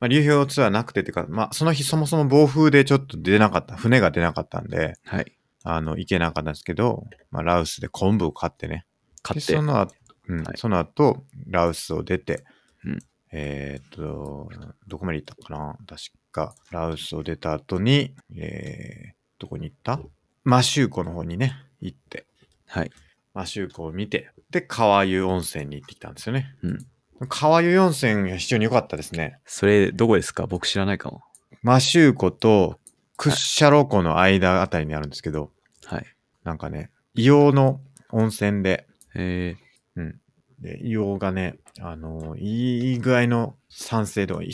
Speaker 1: まあ、流氷ツアーなくてっていうか、まあ、その日そもそも暴風でちょっと出なかった、船が出なかったんで、
Speaker 2: はい。
Speaker 1: あの、行けなかったんですけど、まあ、ラウスで昆布を買ってね、
Speaker 2: 買
Speaker 1: で
Speaker 2: って
Speaker 1: そ。の後、うん
Speaker 2: はい
Speaker 1: その後ラウスを出て、
Speaker 2: うん
Speaker 1: えーっと、どこまで行ったかな確か、ラウスを出た後に、えー、どこに行ったマシュー湖の方にね、行って、
Speaker 2: はい。
Speaker 1: マシュー湖を見て、で、川湯温泉に行ってきたんですよね。
Speaker 2: うん。
Speaker 1: 川湯温泉が非常に良かったですね。
Speaker 2: それ、どこですか僕知らないかも。
Speaker 1: マシュー湖とクッシャロ湖の間あたりにあるんですけど、
Speaker 2: はい。
Speaker 1: なんかね、硫黄の温泉で、
Speaker 2: え
Speaker 1: で、硫黄がね、あのーいい具合の酸性度が、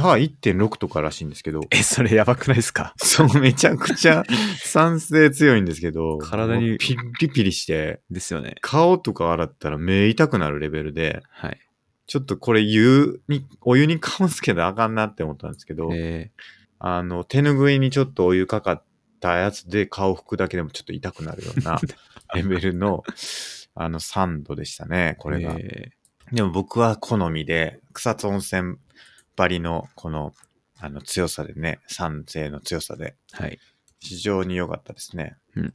Speaker 1: pH1.6 とからしいんですけど、
Speaker 2: ー、え、それやばくないですか
Speaker 1: そう、めちゃくちゃ酸性強いんですけど、
Speaker 2: 体に
Speaker 1: もうピリピリして、
Speaker 2: ですよね。
Speaker 1: 顔とか洗ったら目痛くなるレベルで、
Speaker 2: はい。
Speaker 1: ちょっとこれ湯に、お湯に顔つけたらあかんなって思ったんですけど、
Speaker 2: え
Speaker 1: あの、手拭いにちょっとお湯かかったやつで顔拭くだけでもちょっと痛くなるよう なレベルの、あの、酸度でしたね、
Speaker 2: ー、
Speaker 1: これが。
Speaker 2: え
Speaker 1: でも僕は好みで、草津温泉ばりのこの、あの強さでね、酸性の強さで、
Speaker 2: ーはい。
Speaker 1: 非常に良かったですね。
Speaker 2: うん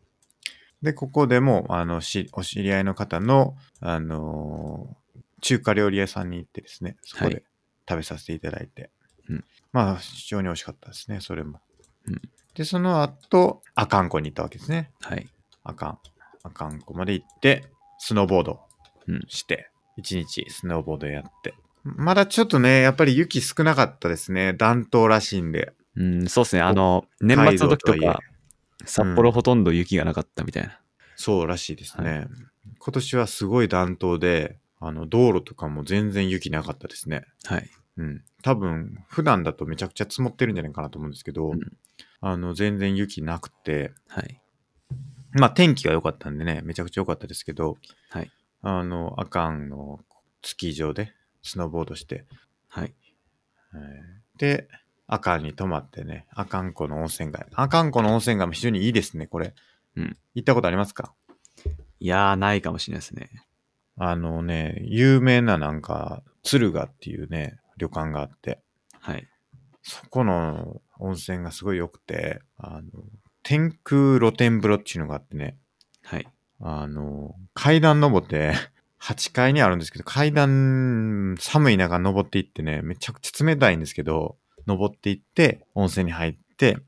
Speaker 1: で、ここでも、あの、しお知り合いの方の、あのー中華料理屋さんに行ってですね、そこ
Speaker 2: は
Speaker 1: で食べさせていただいて、
Speaker 2: うん
Speaker 1: まあ、非常に美味しかったですね、それも。
Speaker 2: うん
Speaker 1: で、その後、阿寒湖に行ったわけですね。
Speaker 2: はい。
Speaker 1: あかん。あかんこまで行って、スノーボード
Speaker 2: うん
Speaker 1: して、一、日スノーボードやって。まだちょっとね、やっぱり雪少なかったですね。暖冬らしいんで。
Speaker 2: うん、そうですね。あの、年末の時
Speaker 1: 北
Speaker 2: と
Speaker 1: 海道
Speaker 2: か
Speaker 1: はい、
Speaker 2: 札幌ほとんど雪がなかったみたいな。
Speaker 1: そうらしいですね。
Speaker 2: は
Speaker 1: 今年はすごい暖冬で、あの、道路とかも全然雪なかったですね。
Speaker 2: はい。
Speaker 1: うん。多分、普段だとめちゃくちゃ積もってるんじゃないかなと思うんですけど、
Speaker 2: うん
Speaker 1: あの、全然雪なくて、
Speaker 2: はい。
Speaker 1: まあ天気が良かったんでね、めちゃくちゃ良かったですけど、
Speaker 2: はい。
Speaker 1: あの、阿寒のスキー場でスノーボードして、
Speaker 2: はい。
Speaker 1: えーで、阿寒に泊まってね、阿寒湖の温泉街。阿寒湖の温泉街も非常にいいですね、これ。
Speaker 2: うん
Speaker 1: 行ったことありますか
Speaker 2: いやー、ないかもしれないですね。
Speaker 1: あのね、有名ななんか、鶴ヶっていうね、旅館があって、
Speaker 2: はい。
Speaker 1: そこの温泉がすごい良くて、あの、天空露天風呂っていうのがあってね、
Speaker 2: はい。
Speaker 1: あの、階段登って、 8階にあるんですけど、階段、寒い中登っていってね、めちゃくちゃ冷たいんですけど、登っていって、温泉に入って、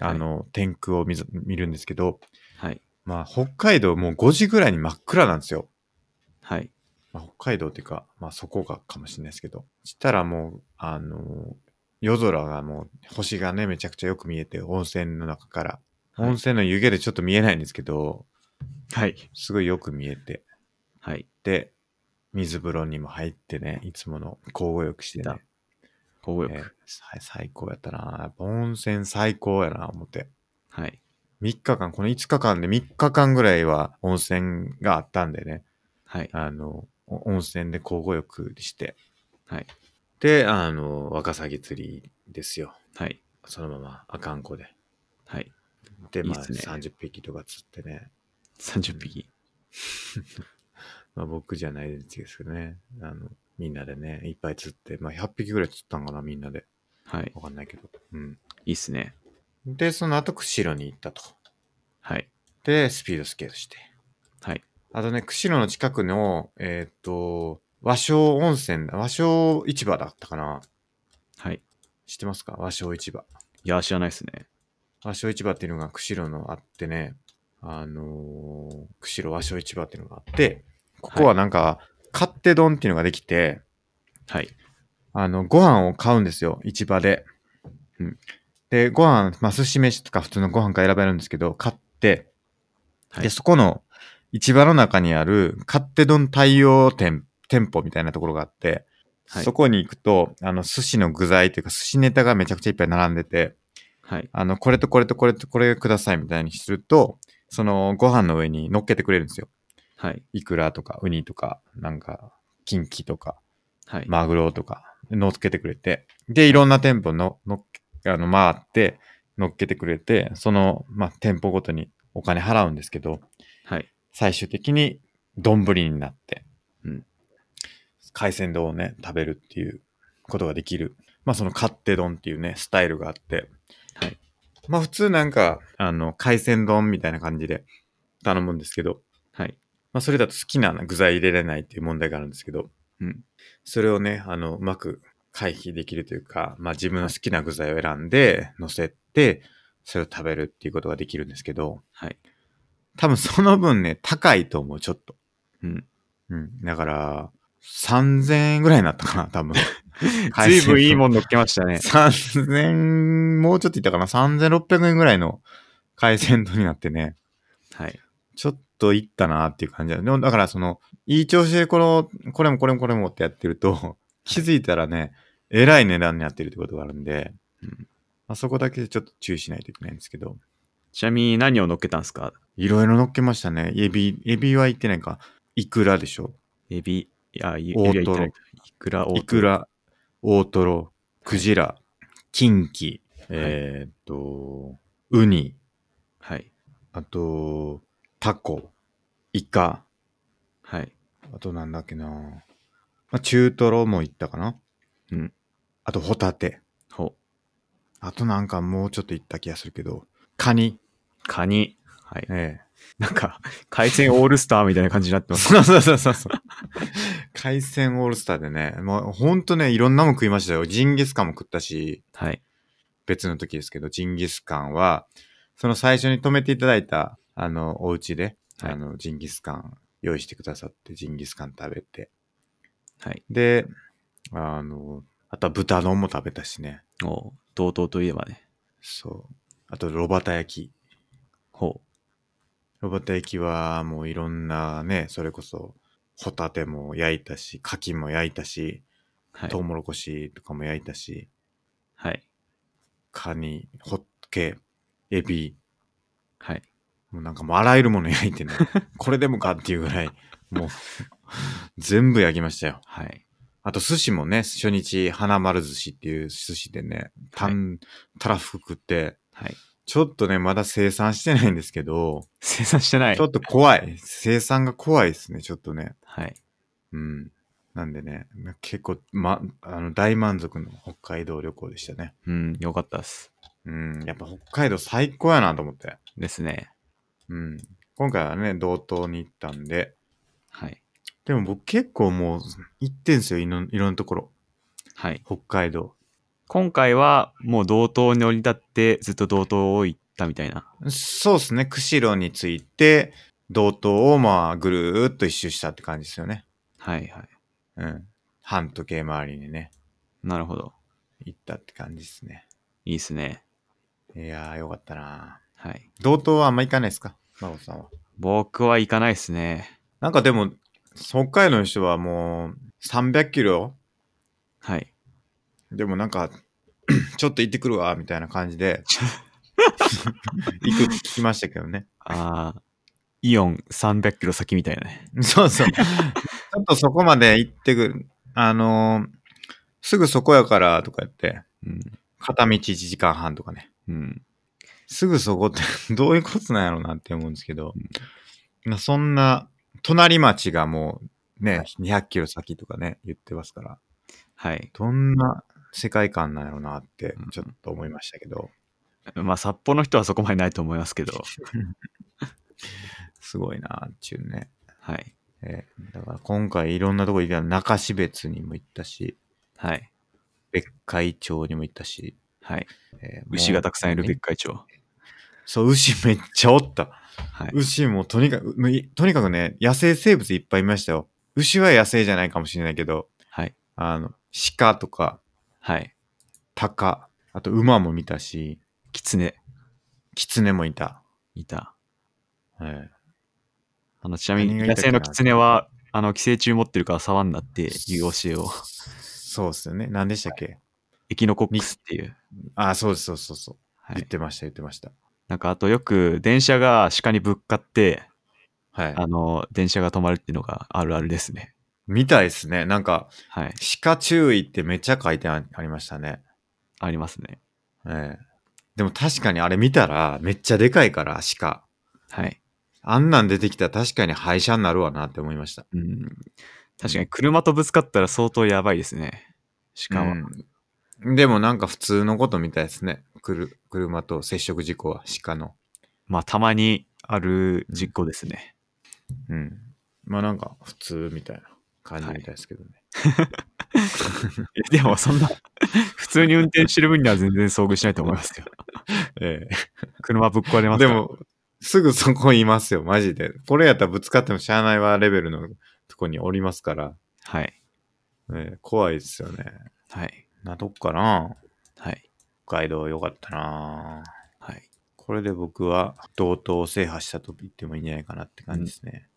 Speaker 1: あの、天空を見ず見るんですけど、
Speaker 2: はい。
Speaker 1: まあ、北海道もう5時ぐらいに真っ暗なんですよ。
Speaker 2: はい。
Speaker 1: まあ、北海道っていうか、まあ、そこがかもしれないですけど。したらもう、あのー夜空がもう、星がね、めちゃくちゃよく見えて、温泉の中から。
Speaker 2: はい
Speaker 1: 温泉の湯気でちょっと見えないんですけど、
Speaker 2: はい。
Speaker 1: すごいよく見えて。
Speaker 2: はい。
Speaker 1: で、水風呂にも入ってね、いつもの交互浴してね。
Speaker 2: 交互
Speaker 1: えー
Speaker 2: 浴。
Speaker 1: さ最高やったな。やっぱ温泉最高やな、思って。
Speaker 2: はい。
Speaker 1: 3日間、この5日間で3日間ぐらいは温泉があったんでね。
Speaker 2: はい。
Speaker 1: あの、お温泉で交互浴して。
Speaker 2: はい。
Speaker 1: で、あの、ワカサギ釣りですよ。
Speaker 2: はい。
Speaker 1: そのまま、あかんこで。
Speaker 2: はい。
Speaker 1: で、ま
Speaker 2: いい
Speaker 1: あ、
Speaker 2: っすね
Speaker 1: 30匹とか釣ってね。
Speaker 2: 30匹。
Speaker 1: まあ、僕じゃないですけどね。あの、みんなでね、いっぱい釣って、まあ、100匹ぐらい釣ったんかな、みんなで。
Speaker 2: はい。
Speaker 1: わかんないけど。うん。
Speaker 2: いいっすね。
Speaker 1: で、その後、釧路に行ったと。
Speaker 2: はい。
Speaker 1: で、スピードスケートして。
Speaker 2: はい。
Speaker 1: あとね、釧路の近くの、えーっと、和尚温泉、和尚市場だったかな
Speaker 2: はい。
Speaker 1: 知ってますか和尚市場。
Speaker 2: いや、知らないっすね。
Speaker 1: 和尚市場っていうのが釧路のあってね、あのー釧路和尚市場っていうのがあって、ここはなんか、勝手丼っていうのができて、
Speaker 2: はい。
Speaker 1: あの、ご飯を買うんですよ、市場で。
Speaker 2: うん
Speaker 1: で、ご飯、まあ、寿司飯とか普通のご飯か選べるんですけど、買って、
Speaker 2: はい
Speaker 1: で、。そこの市場の中にある勝手丼対応店、店舗みたいなところがあって、
Speaker 2: はい
Speaker 1: そこに行くと、あの、寿司の具材というか、寿司ネタがめちゃくちゃいっぱい並んでて、
Speaker 2: はい。
Speaker 1: あの、これとこれとこれとこれくださいみたいにすると、そのご飯の上に乗っけてくれるんですよ。
Speaker 2: はい。
Speaker 1: イクラとかウニとか、なんか、キンキとか、
Speaker 2: はい。
Speaker 1: マグロとか、乗っけてくれて、で、いろんな店舗の、のっけあの、回って、乗っけてくれて、その、まあ、店舗ごとにお金払うんですけど、
Speaker 2: はい。
Speaker 1: 最終的に丼になって、
Speaker 2: うん
Speaker 1: 海鮮丼をね、食べるっていうことができる。まあその勝手丼っていうね、スタイルがあって。
Speaker 2: はい
Speaker 1: まあ普通なんか、あの、海鮮丼みたいな感じで頼むんですけど、
Speaker 2: はい。
Speaker 1: まあそれだと好きな具材入れれないっていう問題があるんですけど、
Speaker 2: うん。
Speaker 1: それをね、あの、うまく回避できるというか、まあ自分の好きな具材を選んで乗せて、それを食べるっていうことができるんですけど、
Speaker 2: はい。
Speaker 1: 多分その分ね、高いと思う、ちょっと。
Speaker 2: うん。
Speaker 1: うん。だから、3000円ぐらいになったかな、多 分。
Speaker 2: ずいぶんいいも
Speaker 1: ん。
Speaker 2: ん乗っけましたね。
Speaker 1: 3000、もうちょっといったかな、3600円ぐらいの海鮮丼になってね、
Speaker 2: はい。
Speaker 1: ちょっといったなっていう感じだ。でもだから、その、いい調子でこの、これもこれもこれもってやってると、気づいたらね、えらい値段になってるってことがあるんで、
Speaker 2: うん
Speaker 1: まあ、そこだけちょっと注意しないといけないんですけど、
Speaker 2: ちなみに何を乗っけたんですか
Speaker 1: いろいろ乗っけましたね。エビ、エビは言ってないか、イクラでしょ。
Speaker 2: エビ、いや、いエビ
Speaker 1: 大
Speaker 2: は
Speaker 1: トロ
Speaker 2: いただいたいくら、大トロ
Speaker 1: イク。ラ、大トロ、クジラ、キンキ、えーっと、ウニ、
Speaker 2: はい。
Speaker 1: あと、タコ、イカ、
Speaker 2: はい。
Speaker 1: あとなんだっけなまあ、中トロもいったかな
Speaker 2: うん。
Speaker 1: あとホタテ。
Speaker 2: ほ
Speaker 1: あとなんかもうちょっといった気がするけど、カニ。
Speaker 2: う。カニ。はい。
Speaker 1: え
Speaker 2: なんか、海鮮オールスターみたいな感じになって
Speaker 1: え。
Speaker 2: ます。
Speaker 1: そうそうそうそう。海鮮オールスターでね、もうほんとね、いろんなもん食いましたよ。ジンギスカンも食ったし、
Speaker 2: はい。
Speaker 1: 別の時ですけど、ジンギスカンは、その最初に泊めていただいた、あの、お家で、
Speaker 2: はい
Speaker 1: あの、ジンギスカン用意してくださって、ジンギスカン食べて。
Speaker 2: はい。
Speaker 1: で、あの、あとは豚丼も食べたしね。
Speaker 2: おう。同等といえばね。
Speaker 1: そう。あと、ロバタ焼き。
Speaker 2: ほ
Speaker 1: ロバタ焼きは、もういろんなね、それこそ、ホタテも焼いたし、牡蠣も焼いたし、
Speaker 2: う。はい
Speaker 1: トウ。モロコシとかも焼いたし、
Speaker 2: はい。
Speaker 1: カニ、ホッケ、エビ、
Speaker 2: はい。
Speaker 1: もうなんかもうあらゆるもの焼いてね、これでもかっていうぐらい、もう、全部焼きましたよ。
Speaker 2: はい。
Speaker 1: あと寿司もね、初日、花丸寿司っていう寿司でね、たん、たらふく食って、
Speaker 2: はい。
Speaker 1: ちょっとね、まだ生産してないんですけど、
Speaker 2: 生産してない
Speaker 1: ちょ。っと怖い。生産が怖いですね、ちょっとね。
Speaker 2: はい。
Speaker 1: うん。なんでね、結構、ま、あの、大満足の北海道旅行でしたね。
Speaker 2: うん、よかったっす。
Speaker 1: うん。やっぱ北海道最高やなと思って。
Speaker 2: ですね。
Speaker 1: うん。今回はね、道東に行ったんで、
Speaker 2: はい。
Speaker 1: でも僕結構もう行ってんすよ、いろんいろんなところ。
Speaker 2: はい。
Speaker 1: 北海道。
Speaker 2: 今回はもう道東に降り立ってずっと道東を行ったみたいな。
Speaker 1: そうですね、釧路に着いて、道東をまあぐるーっと一周したって感じですよね。
Speaker 2: はいはい。
Speaker 1: うん。半時計回りにね、
Speaker 2: なるほど。
Speaker 1: 行ったって感じですね。
Speaker 2: いいですね。
Speaker 1: いやーよかったな
Speaker 2: はい。
Speaker 1: 道東はあんま行かないですか真帆さんは。
Speaker 2: 僕は行かないですね。
Speaker 1: なんかでも、北海道の人はもう300キロ
Speaker 2: はい。
Speaker 1: でもなんか、 ちょっと行ってくるわ、みたいな感じで、行くって聞きましたけどね。
Speaker 2: ああ、イオン300キロ先みたいなね。
Speaker 1: そうそう。ちょっとそこまで行ってくる。あのーすぐそこやから、とか言って、
Speaker 2: うん。
Speaker 1: 片道1時間半とかね。
Speaker 2: うん。
Speaker 1: すぐそこってどういうことなんやろうなって思うんですけど、まあそんな、隣町がもうね、200キロ先とかね、言ってますから、
Speaker 2: はい。
Speaker 1: どんな世界観なんやろうなって
Speaker 2: うん、
Speaker 1: ちょっと思いましたけど、
Speaker 2: まあ、札幌の人はそこまでないと思いますけど。
Speaker 1: すごいなっていうね。
Speaker 2: はい。
Speaker 1: えーだから今回いろんなとこ行った中標津にも行ったし、
Speaker 2: はい。
Speaker 1: 別海町にも行ったし、
Speaker 2: はい。
Speaker 1: えー
Speaker 2: 牛がたくさんいる
Speaker 1: もう
Speaker 2: 別海町。
Speaker 1: そう、牛めっちゃおった。
Speaker 2: はい。
Speaker 1: 牛もとにかく、もういとにかくね、野生生物いっぱいいましたよ。牛は野生じゃないかもしれないけど、
Speaker 2: はい。
Speaker 1: あの、鹿とか、
Speaker 2: はい。
Speaker 1: 鷹、あと馬も見たし、
Speaker 2: キツネ
Speaker 1: 狐もいた。
Speaker 2: いた。
Speaker 1: え
Speaker 2: あの、ちなみに
Speaker 1: 何が
Speaker 2: 野
Speaker 1: いたっけ
Speaker 2: 生
Speaker 1: な
Speaker 2: のキツネは、あの、寄生虫持ってるから触んなっていう教 えを、
Speaker 1: そうっすよね。何でしたっけ
Speaker 2: エキノコックスっていう。
Speaker 1: ああ、そうです、そうですそうそう。
Speaker 2: は
Speaker 1: 言っ
Speaker 2: い。
Speaker 1: てました、言ってました。
Speaker 2: なんか、あとよく電車が鹿にぶっかって、
Speaker 1: はい。
Speaker 2: あの、電車が止まるっていうのがあるあるですね。
Speaker 1: 見たいですね。なんか、
Speaker 2: はい。
Speaker 1: 鹿注意ってめっちゃ書いてあありましたね。
Speaker 2: ありますね。
Speaker 1: ええでも確かにあれ見たらめっちゃでかいから鹿。
Speaker 2: はい。
Speaker 1: あんなん出てきたら確かに廃車になるわなって思いました。
Speaker 2: うん。確かに車とぶつかったら相当やばいですね。鹿は。
Speaker 1: うんでもなんか普通のことみたいですね。くる車と接触事故は鹿の。
Speaker 2: まあ、たまにある実行ですね。
Speaker 1: うん。まあなんか普通みたいな感じみたいですけどね。
Speaker 2: でも、そんな、普通に運転してる分には全然遭遇しないと思いますよ。
Speaker 1: え
Speaker 2: 車ぶっ壊れ
Speaker 1: え
Speaker 2: ます
Speaker 1: で
Speaker 2: から。
Speaker 1: も、すぐそこいますよ、マジで。これやったらぶつかってもしゃあないわレベルのとこにおりますから。
Speaker 2: はい。
Speaker 1: ええ怖いですよね。
Speaker 2: はい。
Speaker 1: な、どっかな
Speaker 2: はい。
Speaker 1: 北海道よかったな
Speaker 2: はい。
Speaker 1: これで僕は同等を制覇したと言ってもいいんじゃないかなって感じですね。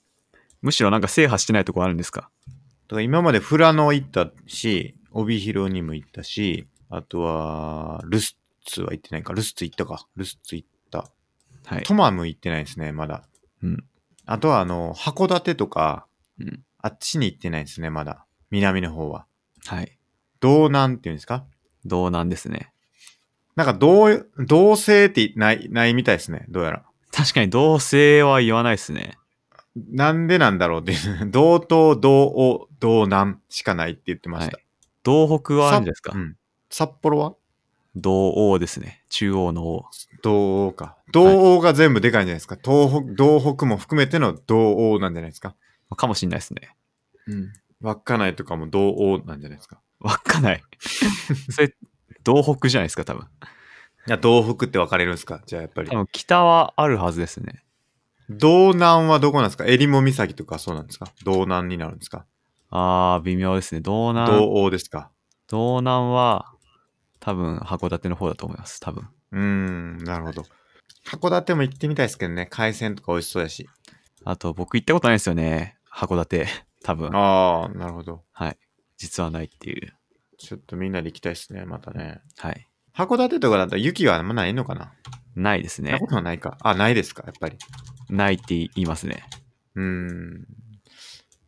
Speaker 2: むしろなんか制覇してないとこあるんですか
Speaker 1: だから今まで富良野行ったし、帯広にも行ったし、あとは、ルスツは行ってないか。ルスツ行ったか。ルスツ行った。
Speaker 2: はい
Speaker 1: ト。マム行ってないですね、まだ。
Speaker 2: うん。
Speaker 1: あとは、あの、函館とか、
Speaker 2: うん。
Speaker 1: あっちに行ってないですね、まだ。南の方は。
Speaker 2: はい。
Speaker 1: 道南っていうんですか
Speaker 2: 道南ですね。
Speaker 1: なんか、同、同性ってない、ないみたいですね、どうやら。
Speaker 2: 確かに同性は言わないですね。
Speaker 1: なんでなんだろうっていう。同等、同を、同南しかないって言ってました。
Speaker 2: 道北はあるんじゃないですか
Speaker 1: う。ん、札幌は
Speaker 2: 道央ですね。中央の王。
Speaker 1: 道央か。道央が全部でかいんじゃないですか。東北、道北も含めての道央なんじゃないですか。
Speaker 2: かもしんないですね。
Speaker 1: うん。稚内とかも道央なんじゃないですか。
Speaker 2: 稚内。 それ、道北じゃないですか、多分。
Speaker 1: いや、道北って分かれるんですかじゃあやっぱり
Speaker 2: 多。分北はあるはずですね。
Speaker 1: 道南はどこなんですか襟裳岬とかそうなんですか道南になるんですか
Speaker 2: あー、微妙ですね。道南、
Speaker 1: 道央ですか
Speaker 2: 道南は、多分函館の方だと思います。多分。
Speaker 1: うーん、なるほど。函館も行ってみたいですけどね。海鮮とか美味しそうやし。
Speaker 2: あと、僕行ったことないですよね。函館。多分。
Speaker 1: ああ、なるほど。
Speaker 2: はい。実はないっていう。
Speaker 1: ちょっとみんなで行きたいですね、またね。
Speaker 2: はい。
Speaker 1: 函館とかだったら雪はあんまないのかな
Speaker 2: ないです
Speaker 1: そんな
Speaker 2: ね
Speaker 1: こ。とはないか。あ、ないですか、やっぱり。
Speaker 2: ないって言いますね。
Speaker 1: うーん。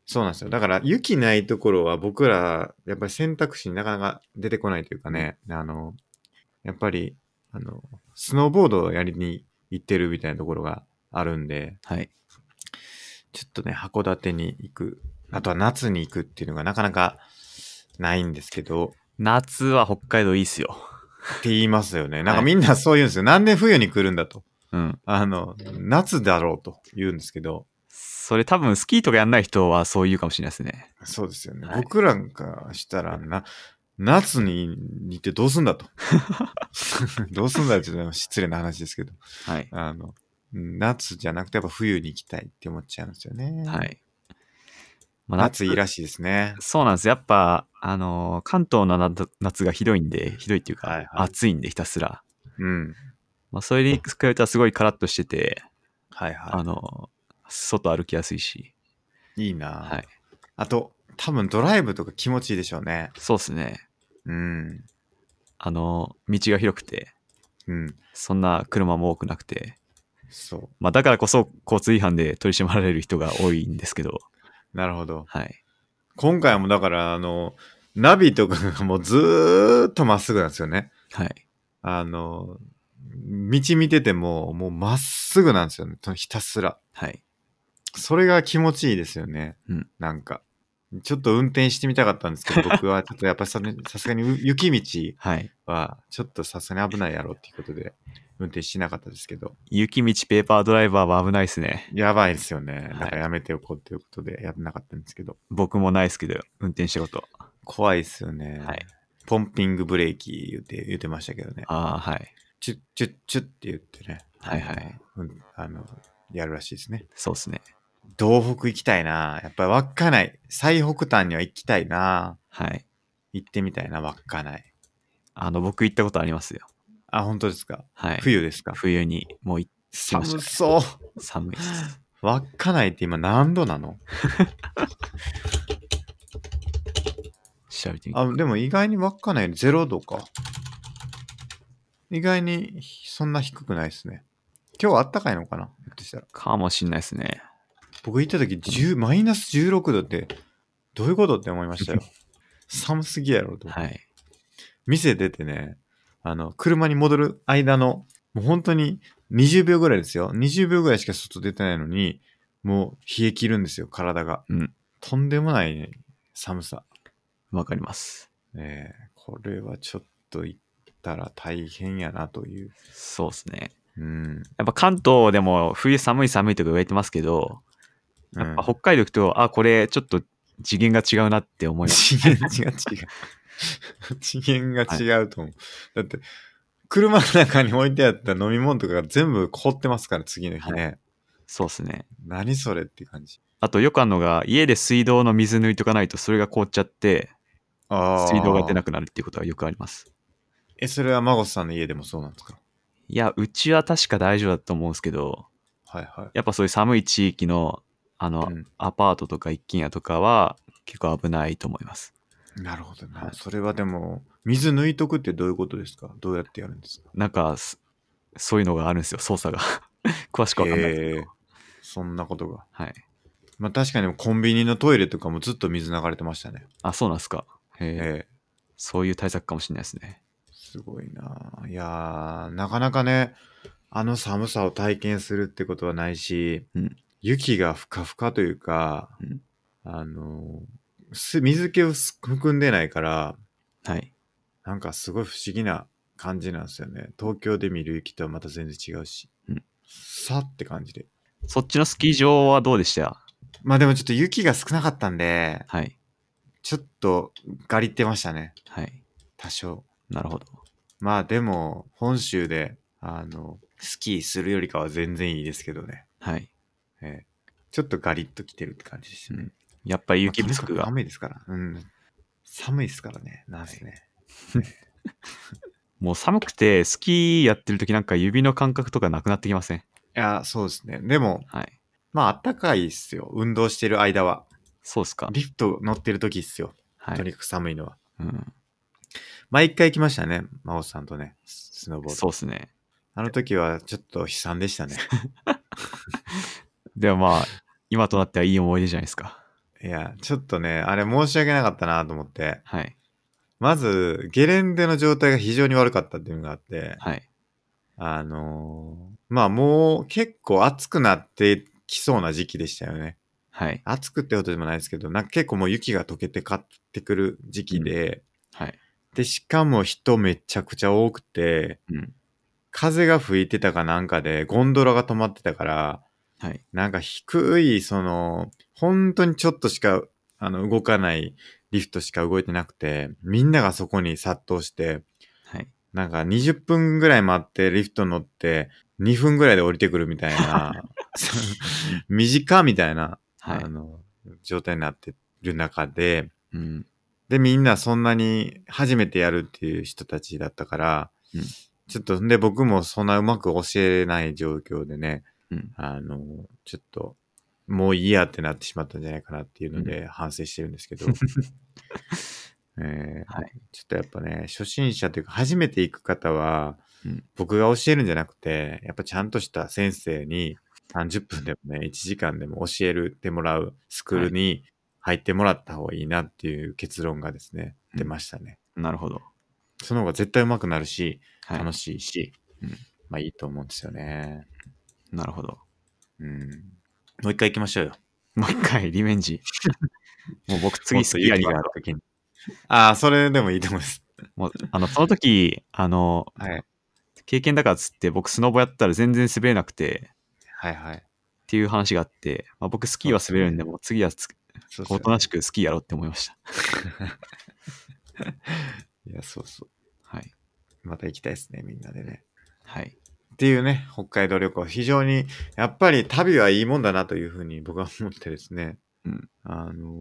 Speaker 1: そうなんですよ。だから、雪ないところは僕ら、やっぱり選択肢になかなか出てこないというかね、あの、やっぱり、あの、スノーボードをやりに行ってるみたいなところがあるんで、
Speaker 2: はい。
Speaker 1: ちょっとね、函館に行く、あとは夏に行くっていうのがなかなかないんですけど、
Speaker 2: 夏は北海道いいっすよ。
Speaker 1: って言いますよね。なんかみんなそう言うんですよ。なんで冬に来るんだと。
Speaker 2: うん。
Speaker 1: あの、夏だろうと言うんですけど、
Speaker 2: それ多分スキーとかやんない人はそう言うかもしれないですね。
Speaker 1: そうですよね。
Speaker 2: はい
Speaker 1: 僕らからしたらな、夏に行ってどうすんだと。 どうすんだっていうのは失礼な話ですけど、
Speaker 2: はい。
Speaker 1: あの、うん夏じゃなくてやっぱ冬に行きたいって思っちゃうんですよね。
Speaker 2: はい。まあ
Speaker 1: 夏いいらしいですね。
Speaker 2: そうなんです。やっぱ、あのー関東の夏夏がひどいんで、ひどいっていうか、
Speaker 1: はいはい
Speaker 2: 暑いんでひたすら。
Speaker 1: うん。
Speaker 2: まあ、それに比べたらすごいカラッとしてて、
Speaker 1: はい
Speaker 2: あ
Speaker 1: は
Speaker 2: のー外歩きやすいし。
Speaker 1: い。いいな、
Speaker 2: はい。
Speaker 1: あと、多分ドライブとか気持ちいいでしょうね。
Speaker 2: そうですね。
Speaker 1: うん。
Speaker 2: あのー道が広くて、
Speaker 1: うん。
Speaker 2: そんな車も多くなくて、
Speaker 1: そ
Speaker 2: まあ、だからこそ交通違反で取り締まられる人が多いんですけど、
Speaker 1: う。なるほど。
Speaker 2: はい。
Speaker 1: 今回もだから、あの、ナビとかがもうずーっとまっすぐなんですよね。
Speaker 2: はい。
Speaker 1: あの、道見てても、もうまっすぐなんですよね。とひたすら。
Speaker 2: はい。
Speaker 1: それが気持ちいいですよね。
Speaker 2: うん
Speaker 1: なんか。ちょっと運転してみたかったんです けど、僕はちょっとやっぱりささすがに雪道
Speaker 2: はい。
Speaker 1: はちょっとさすがに危ないやろっていうことで運転しなかったですけど、
Speaker 2: 雪道ペーパードライバーは危ないですね。
Speaker 1: やばいですよね。
Speaker 2: はい
Speaker 1: だからやめておこうということでやってなかったんですけど、
Speaker 2: 僕もないですけど、運転したこと。
Speaker 1: 怖いですよね。
Speaker 2: はい。
Speaker 1: ポンピングブレーキ言って、言ってましたけどね。
Speaker 2: ああ、はい。
Speaker 1: チュッチュッチュッって言ってね。
Speaker 2: はいはい
Speaker 1: あの。うんあの、やるらしいですね。
Speaker 2: そうですね。
Speaker 1: 東北行きたいな。やっぱり稚内、最北端には行きたいな。
Speaker 2: はい。
Speaker 1: 行ってみたいな、稚内。
Speaker 2: あの、僕行ったことありますよ。
Speaker 1: あ、本当ですか。
Speaker 2: はい。
Speaker 1: 冬ですか。
Speaker 2: 冬に、もうい
Speaker 1: 寒
Speaker 2: 来ました
Speaker 1: そう。
Speaker 2: 寒いです。
Speaker 1: 稚内って今何度なの
Speaker 2: 調べてみて。
Speaker 1: あ、でも意外に稚内より0度か。意外にそんな低くないですね。今日はあったかいのかなひょっとしたら。
Speaker 2: かもしんないですね。
Speaker 1: 僕行った時10マイナス16度ってどういうことって思いま したよ寒すぎやろと、
Speaker 2: はい。
Speaker 1: 店出てねあの車に戻る間のもう本当に20秒ぐらいですよ20秒ぐらいしか外出てないのにもう冷え切るんですよ体が、
Speaker 2: うん
Speaker 1: とんでもない、ね、寒さ
Speaker 2: わかります。
Speaker 1: えーこれはちょっと行ったら大変やなという
Speaker 2: そうですね。
Speaker 1: うん、
Speaker 2: やっぱ関東でも冬寒い寒いとか言われてますけど、
Speaker 1: うん、
Speaker 2: やっぱ北海道行くと、あ、これちょっと次元が違うなって思 います。
Speaker 1: 次元が違う。次元が違うと思う。だって、車の中に置いてあった飲み物とかが全部凍ってますから、次の日ね。
Speaker 2: そうですね。
Speaker 1: 何それって感じ。
Speaker 2: あとよくあるのが、家で水道の水抜いとかないと、それが凍っちゃって、
Speaker 1: あ
Speaker 2: 水道が出な
Speaker 1: く
Speaker 2: くなるっていうことがよくあります。
Speaker 1: え、それは孫さんの家でもそうなんですか
Speaker 2: いや、うちは確か大丈夫だと思うんですけど、
Speaker 1: はいは
Speaker 2: やっぱそういう寒い地域の、あの、
Speaker 1: い。うん
Speaker 2: アパートとか一軒家とかは、結構危ないと思います。
Speaker 1: なるほどな。
Speaker 2: はい
Speaker 1: それはでも、水抜いとくってどういうことですかどうやってやるんですか
Speaker 2: なんか、すそういうのがあるんですよ、操作が。 詳しくわかんないですけ
Speaker 1: へ
Speaker 2: ど
Speaker 1: ーそんなことが。
Speaker 2: はい。
Speaker 1: まあ確かにコンビニのトイレとかもずっと水流れてましたね。
Speaker 2: あ、そうなんですか。へえ
Speaker 1: ええ
Speaker 2: そういう対策かもしれないですね。
Speaker 1: すごいなあいやーなかなかね、あの寒さを体験するってことはないし、
Speaker 2: うん
Speaker 1: 雪がふかふかというか、
Speaker 2: うん
Speaker 1: あのーす水気をす含んでないから、
Speaker 2: はい。
Speaker 1: なんかすごい不思議な感じなんですよね。東京で見る雪とはまた全然違うし、
Speaker 2: うん
Speaker 1: さって感じで。
Speaker 2: そっちのスキー場はどうでした
Speaker 1: まあでもちょっと雪が少なかったんで、
Speaker 2: はい。
Speaker 1: ちょっとガリってましたね、
Speaker 2: はい。
Speaker 1: 多少。
Speaker 2: なるほど。
Speaker 1: まあでも、本州で、あの、スキーするよりかは全然いいですけどね。
Speaker 2: はい。
Speaker 1: ええ、ちょっとガリッときてるって感じですよね。
Speaker 2: うんやっぱり雪不足
Speaker 1: まあ
Speaker 2: が
Speaker 1: とにかく。寒いですから。うん。寒いですからね。なんすね。
Speaker 2: もう寒くて、スキーやってる時なんか指の感覚とかなくなってきません。
Speaker 1: い、や、そうですね。でも、
Speaker 2: はい。
Speaker 1: まあ、あったかいっすよ。運動してる間は。
Speaker 2: そうですか。
Speaker 1: リフト乗ってる時っすよ。
Speaker 2: は
Speaker 1: と
Speaker 2: い。
Speaker 1: にかく寒いのは。
Speaker 2: うん、
Speaker 1: 毎、回行きましたね。真央さんとね、ススノボード。
Speaker 2: そうですね。
Speaker 1: あの時はちょっと悲惨でしたね。
Speaker 2: ではまあ、今となってはいい思い出じゃないですか。
Speaker 1: いや、ちょっとね、あれ申し訳なかったなと思って。
Speaker 2: はい。
Speaker 1: まず、ゲレンデの状態が非常に悪かったっていうのがあって、
Speaker 2: はい。
Speaker 1: あのーまあもう結構暑くなってきそうな時期でしたよね。
Speaker 2: はい。
Speaker 1: 暑くってことでもないですけど、なんか結構もう雪が溶けて買ってくる時期で、
Speaker 2: はい。
Speaker 1: で、しかも人めちゃくちゃ多くて、
Speaker 2: うん。
Speaker 1: 風が吹いてたかなんかでゴンドラが止まってたから、
Speaker 2: はい。
Speaker 1: なんか低い、その、本当にちょっとしか、あの、動かないリフトしか動いてなくて、みんながそこに殺到して、
Speaker 2: はい。
Speaker 1: なんか20分ぐらい待ってリフト乗って、2分ぐらいで降りてくるみたい な、短みたいな、
Speaker 2: は い
Speaker 1: あ。の、状態になってる中で、
Speaker 2: うん。
Speaker 1: で、みんなそんなに初めてやるっていう人たちだったから、
Speaker 2: うん
Speaker 1: ちょっと、で、僕もそんなうまく教えない状況でね、
Speaker 2: うん
Speaker 1: あの、ちょっと、もういいやってなってしまったんじゃないかなっていうので反省してるんですけ ど、えー
Speaker 2: はい
Speaker 1: ちょっとやっぱね、初心者というか初めて行く方は、
Speaker 2: うん
Speaker 1: 僕が教えるんじゃなくて、やっぱちゃんとした先生に30分でもね、1時間でも教えるてもらうスクールに入ってもらった方がいいなっていう結論がですね、
Speaker 2: うん
Speaker 1: 出ましたね。
Speaker 2: なるほど。
Speaker 1: その方が絶対上手くなるし、
Speaker 2: はい
Speaker 1: 楽。しいし、
Speaker 2: うん
Speaker 1: まあいいと思うんですよね。
Speaker 2: なるほど。
Speaker 1: うん。もう一回行きましょうよ。
Speaker 2: もう一回、リベン ジ。もう僕、
Speaker 1: も
Speaker 2: 次、
Speaker 1: っと
Speaker 2: スキア
Speaker 1: 勇
Speaker 2: リ
Speaker 1: 気
Speaker 2: が
Speaker 1: が
Speaker 2: あ
Speaker 1: あ
Speaker 2: る
Speaker 1: る。時に。ああ、それでもいいと思い ます。
Speaker 2: もう、あの、その時、あの、
Speaker 1: はい。
Speaker 2: 経験だからっつって、僕、スノボやったら全然滑れなくて、
Speaker 1: はいはい。
Speaker 2: っていう話があって、まあ、僕、スキーは滑れるんで、もう次はつ
Speaker 1: そうそう
Speaker 2: おとなしくスキーやろうって思いました。
Speaker 1: いや、そうそう。
Speaker 2: はい。
Speaker 1: また行きたいですね、みんなでね。
Speaker 2: はい。
Speaker 1: っていうね、北海道旅行、非常に、やっぱり旅はいいもんだなというふうに僕は思ってですね、
Speaker 2: うん
Speaker 1: あのー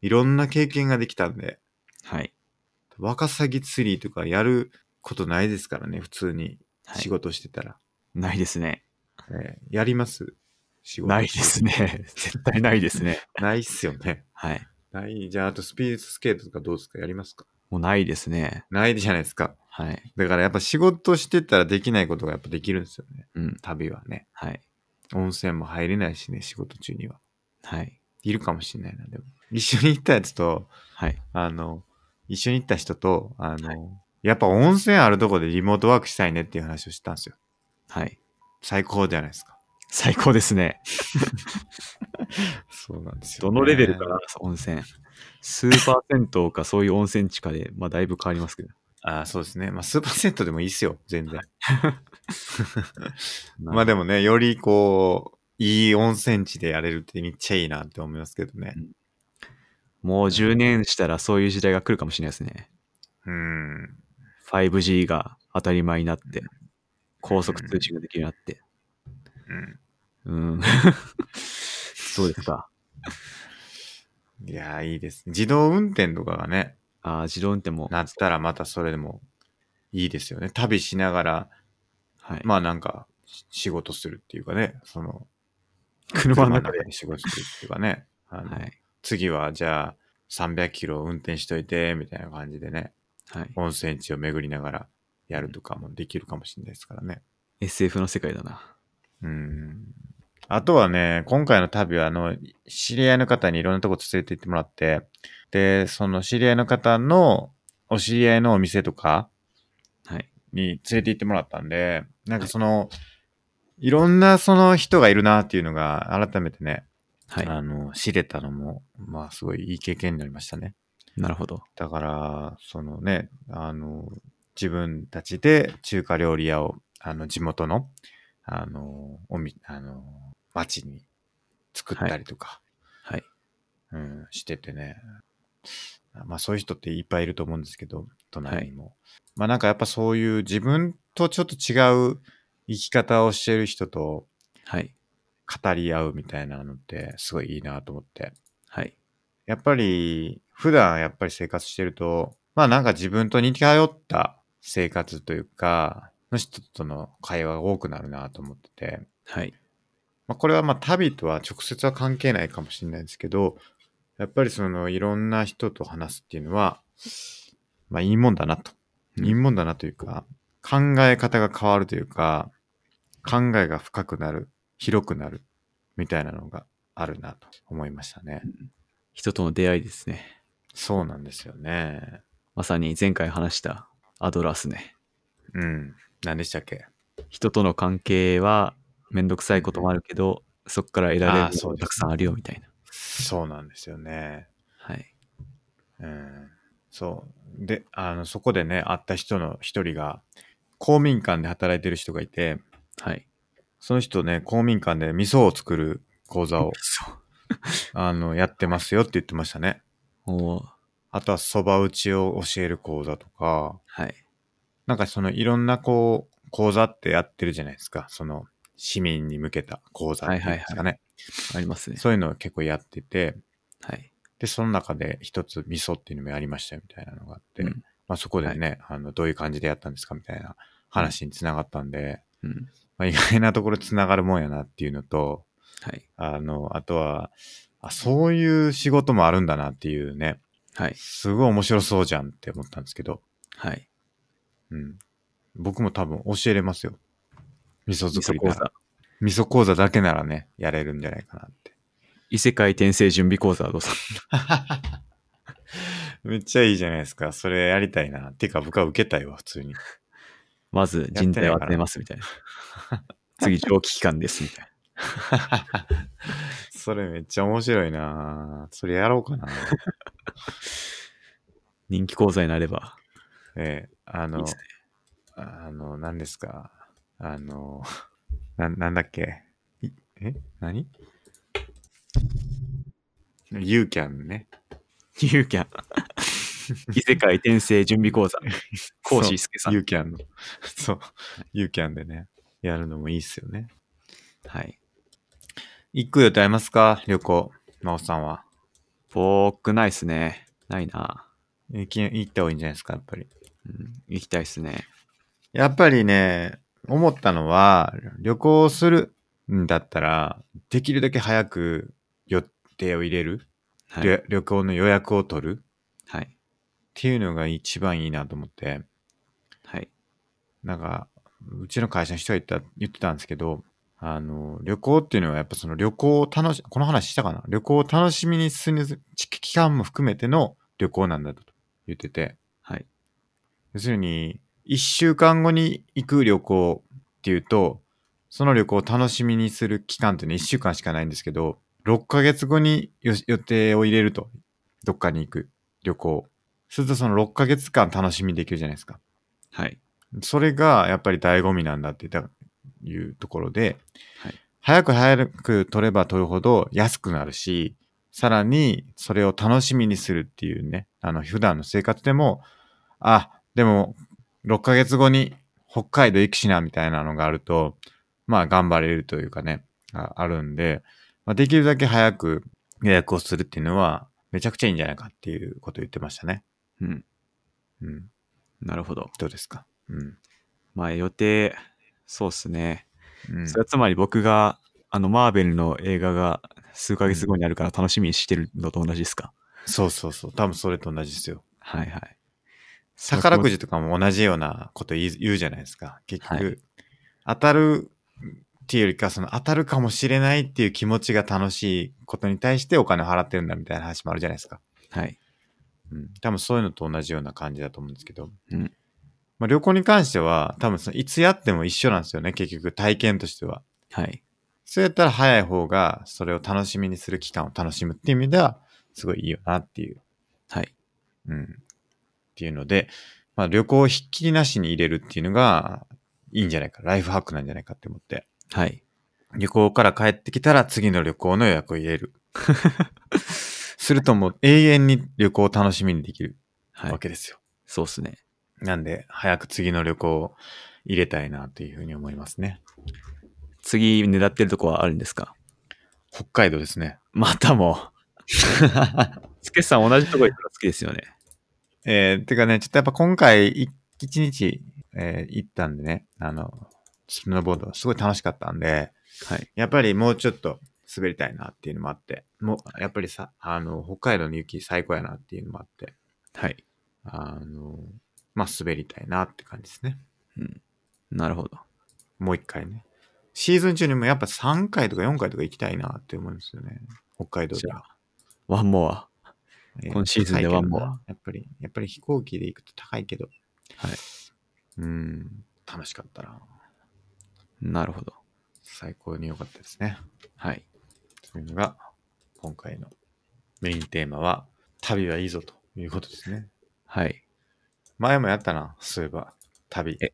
Speaker 1: いろんな経験ができたんで、
Speaker 2: はい。
Speaker 1: ワカサギ釣りとかやることないですからね、普通に
Speaker 2: はい
Speaker 1: 仕事してたら。
Speaker 2: ないですね。
Speaker 1: えーやります仕事。
Speaker 2: ないですね。 絶対ないですね。
Speaker 1: ないっすよね。
Speaker 2: はい。
Speaker 1: ない。じゃあ、あとスピードスケートとかどうですかやりますか
Speaker 2: もうないですね。
Speaker 1: ないじゃないですか。
Speaker 2: はい。
Speaker 1: だからやっぱ仕事してたらできないことがやっぱできるんですよね。
Speaker 2: うん。
Speaker 1: 旅はね。
Speaker 2: はい。
Speaker 1: 温泉も入れないしね、仕事中には。
Speaker 2: はい。
Speaker 1: いるかもしれないな、でも。一緒に行ったやつと、
Speaker 2: はい。
Speaker 1: あの、一緒に行った人と、あの、
Speaker 2: はい
Speaker 1: やっぱ温泉あるとこでリモートワークしたいねっていう話をしたんですよ。
Speaker 2: はい。
Speaker 1: 最高じゃないですか。
Speaker 2: 最高ですね。
Speaker 1: そうなんですよ、
Speaker 2: どのレベルかな、温泉。スーパー銭湯かそういう温泉地かで、まあ、だいぶ変わりますけど。
Speaker 1: ああ、そうですね。まあ、スーパーセントでもいいっすよ、全然。ま
Speaker 2: ま
Speaker 1: あ
Speaker 2: あで
Speaker 1: でもね、よりこう、いい温泉地でやれるってめっちゃいいなって思いますけどね。
Speaker 2: もう10年したらそういう時代が来るかもしれないですね。
Speaker 1: うん。
Speaker 2: 5G が当たり前になって、高速通信ができるようになって。 うん。そうですか。
Speaker 1: うん、いやー、いいです。自動運転とかがね、
Speaker 2: ああ、自動運転も。
Speaker 1: なったらまたそれでもいいですよね。旅しながら、
Speaker 2: はい。
Speaker 1: まあなんか、し仕事するっていうかね、その、
Speaker 2: 車の
Speaker 1: の
Speaker 2: 中
Speaker 1: 中
Speaker 2: で。
Speaker 1: で仕事するっていうかね、あの
Speaker 2: はい。
Speaker 1: 次はじゃあ300キロ運転しといて、みたいな感じでね、
Speaker 2: はい。
Speaker 1: 温泉地を巡りながらやるとかもできるかもしれないですからね。
Speaker 2: SF の世界だな。
Speaker 1: うん。あとはね、今回の旅は、あの、知り合いの方にいろんなとこ連れて行ってもらって、で、その知り合いの方の、お知り合いのお店とか、
Speaker 2: はい。
Speaker 1: に連れて行ってもらったんで、なんかその、いろんなその人がいるなっていうのが改めてね、
Speaker 2: は
Speaker 1: あの、知れたのも、まあすごいいい経験になりましたね。
Speaker 2: い。なるほど。
Speaker 1: だから、そのね、あの、自分たちで中華料理屋を、あの、地元の、あの、おみ、あの、町に作ったりとか、
Speaker 2: はい。
Speaker 1: うん、しててね。まあそういう人っていっぱいいると思うんですけど、都内にも。まあなんかやっぱそういう自分とちょっと違う生き方をしてる人と
Speaker 2: はい。
Speaker 1: 語り合うみたいなのってすごいいいなと思って。
Speaker 2: はい。
Speaker 1: やっぱり普段やっぱり生活してると、まあなんか自分と似通った生活というか、の人との会話が多くなるなと思ってて、
Speaker 2: はい。
Speaker 1: まあ、これはまあ旅とは直接は関係ないかもしれないですけど、やっぱりそのいろんな人と話すっていうのは、まあいいもんだなと。
Speaker 2: うん
Speaker 1: いいもんだなというか、考え方が変わるというか、考えが深くなる、広くなる、みたいなのがあるなと思いましたね。
Speaker 2: 人との出会いですね。
Speaker 1: そうなんですよね。
Speaker 2: まさに前回話したアドラスね。
Speaker 1: うん。何でしたっけ
Speaker 2: 人との関係はめんどくさいこともあるけど、そこから得られる
Speaker 1: あー
Speaker 2: も
Speaker 1: そ
Speaker 2: の
Speaker 1: う
Speaker 2: が
Speaker 1: ですね
Speaker 2: たくさんあるよみたいな。
Speaker 1: そうなんですよね。
Speaker 2: はい。
Speaker 1: うんそう。で、あの、そこでね、会った人の一人が、公民館で働いてる人がいて、
Speaker 2: はい。
Speaker 1: その人ね、公民館で味噌を作る講座を、
Speaker 2: そう。
Speaker 1: あの、やってますよって言ってましたね。
Speaker 2: おー
Speaker 1: あとは蕎麦打ちを教える講座とか、
Speaker 2: はい。
Speaker 1: なんかそのいろんなこう、講座ってやってるじゃないですか。その、市民に向けた講座っていうんですかね。
Speaker 2: はいありますね。
Speaker 1: そういうのを結構やってて、
Speaker 2: はい。
Speaker 1: で、その中で一つ味噌っていうのもやりましたよみたいなのがあって、
Speaker 2: うん
Speaker 1: まあそこでね、あの、どういう感じでやったんですかみたいな話につながったんで、
Speaker 2: うん。
Speaker 1: まあ、意外なところつながるもんやなっていうのと、
Speaker 2: はい。
Speaker 1: あの、あとは、あそういう仕事もあるんだなっていうね、
Speaker 2: はい。
Speaker 1: すごい面白そうじゃんって思ったんですけど、
Speaker 2: はい。
Speaker 1: うん。僕も多分教えれますよ。味噌
Speaker 2: 味
Speaker 1: 作
Speaker 2: 噌
Speaker 1: り
Speaker 2: 講
Speaker 1: なら。
Speaker 2: 座。
Speaker 1: 味噌講座だけならね、やれるんじゃないかなって。
Speaker 2: 異世界転生準備講座はどうぞ。
Speaker 1: めっちゃいいじゃないですか。それやりたいな。てか、僕は受けたいわ、普通に。
Speaker 2: まず人体を集めますみたいな。次、蒸気機関ですみたいな。
Speaker 1: それめっちゃ面白いなそれやろうか な。
Speaker 2: 人気講座になれば。
Speaker 1: ええあ
Speaker 2: いい
Speaker 1: の
Speaker 2: っすね、
Speaker 1: あの、何ですか。あの、な、なんだっけ。いえ何ユーキャンね。
Speaker 2: ユ ーキャン。異世界転生準備講座。講師すけさ
Speaker 1: ユ
Speaker 2: ん。
Speaker 1: ーキャンの。 そう。ユーキャンでね、やるのもいいっすよね。
Speaker 2: はい。
Speaker 1: 行く予定ありますか旅行。真央さんは。
Speaker 2: 僕ないっすね。ないな。
Speaker 1: 行き、行った方がいいんじゃないですか、やっぱり。
Speaker 2: うん、行きたいっすね。
Speaker 1: やっぱりね、思ったのは、旅行するんだったら、できるだけ早く予定を入れる、
Speaker 2: はい。
Speaker 1: 旅旅行の予約を取るっ
Speaker 2: はい。
Speaker 1: ていうのが一番いいなと思って、
Speaker 2: はい。
Speaker 1: なんか、うちの会社の人が言った、言ってたんですけど、あの、旅行っていうのはやっぱその旅行を楽し、この話したかな旅行を楽しみにする期期間も含めての旅行なんだと言ってて、
Speaker 2: はい。
Speaker 1: 要するに、一週間後に行く旅行っていうと、その旅行を楽しみにする期間っていうのは一週間しかないんですけど、6ヶ月後によ予定を入れると、どっかに行く旅行。するとその6ヶ月間楽しみできるじゃないですか。
Speaker 2: はい。
Speaker 1: それがやっぱり醍醐味なんだって言ったいうところで、
Speaker 2: はい
Speaker 1: 早く早く取れば取るほど安くなるし、さらにそれを楽しみにするっていうね、あの普段の生活でも、あ、でも6ヶ月後に北海道行くしなみたいなのがあると、まあ頑張れるというかね、ああるんで、まあ、できるだけ早く予約をするっていうのはめちゃくちゃいいんじゃないかっていうことを言ってましたね。
Speaker 2: うん。
Speaker 1: うん。
Speaker 2: なるほど。
Speaker 1: どうですかうん。
Speaker 2: まあ予定、そうっすね。
Speaker 1: うん、
Speaker 2: それはつまり僕が、あの、マーベルの映画が数ヶ月後にあるから楽しみにしてるのと同じですか。
Speaker 1: そうそうそう。多分それと同じです よ。
Speaker 2: はいはい。
Speaker 1: 宝くじとかも同じようなこと言う言うじゃないですか。結局、
Speaker 2: はい
Speaker 1: 当たるっていうよりか、その当たるかもしれないっていう気持ちが楽しいことに対してお金を払ってるんだみたいな話もあるじゃないですか。
Speaker 2: はい。
Speaker 1: うん。多分そういうのと同じような感じだと思うんですけど。
Speaker 2: うん
Speaker 1: まあ、旅行に関しては、多分そのいつやっても一緒なんですよね。結局、体験としては。
Speaker 2: はい。
Speaker 1: そうやったら早い方が、それを楽しみにする期間を楽しむっていう意味では、すごいいいよなっていう
Speaker 2: はい。
Speaker 1: うん。っていうので、まあ、旅行をひっきりなしに入れるっていうのがいいんじゃないか。ライフハックなんじゃないかって思って。
Speaker 2: はい。
Speaker 1: 旅行から帰ってきたら次の旅行の予約を入れる。 するともう永遠に旅行を楽しみにできる
Speaker 2: は
Speaker 1: わ
Speaker 2: い。
Speaker 1: けですよ。
Speaker 2: そうっすね。
Speaker 1: なんで、早く次の旅行を入れたいなというふうに思いますね。
Speaker 2: 次狙ってるとこはあるんですか
Speaker 1: 北海道ですね。
Speaker 2: ま たもう。スケさん同じとこ行くの好きですよね。
Speaker 1: えー、てかね、ちょっとやっぱ今回い一日、えー行ったんでね、あの、スノーボードすごい楽しかったんで、
Speaker 2: はい。
Speaker 1: やっぱりもうちょっと滑りたいなっていうのもあって、もう、やっぱりさ、あの、北海道の雪最高やなっていうのもあって、
Speaker 2: はい。
Speaker 1: あの、まあ、滑りたいなって感じですね。
Speaker 2: うん。なるほど。
Speaker 1: もう一回ね。シーズン中にもやっぱ3回とか4回とか行きたいなって思うんですよね。北海道では。
Speaker 2: ワンモア。
Speaker 1: え
Speaker 2: 今シーズンではもう
Speaker 1: 高いけどなやっぱり、やっぱり飛行機で行くと高いけど。
Speaker 2: はい。
Speaker 1: うん、楽しかったな。
Speaker 2: なるほど。
Speaker 1: 最高に良かったですね。
Speaker 2: はい。
Speaker 1: というのが、今回のメインテーマは、旅はいいぞということですね。
Speaker 2: はい。
Speaker 1: 前もやったな、そういえば。旅。
Speaker 2: え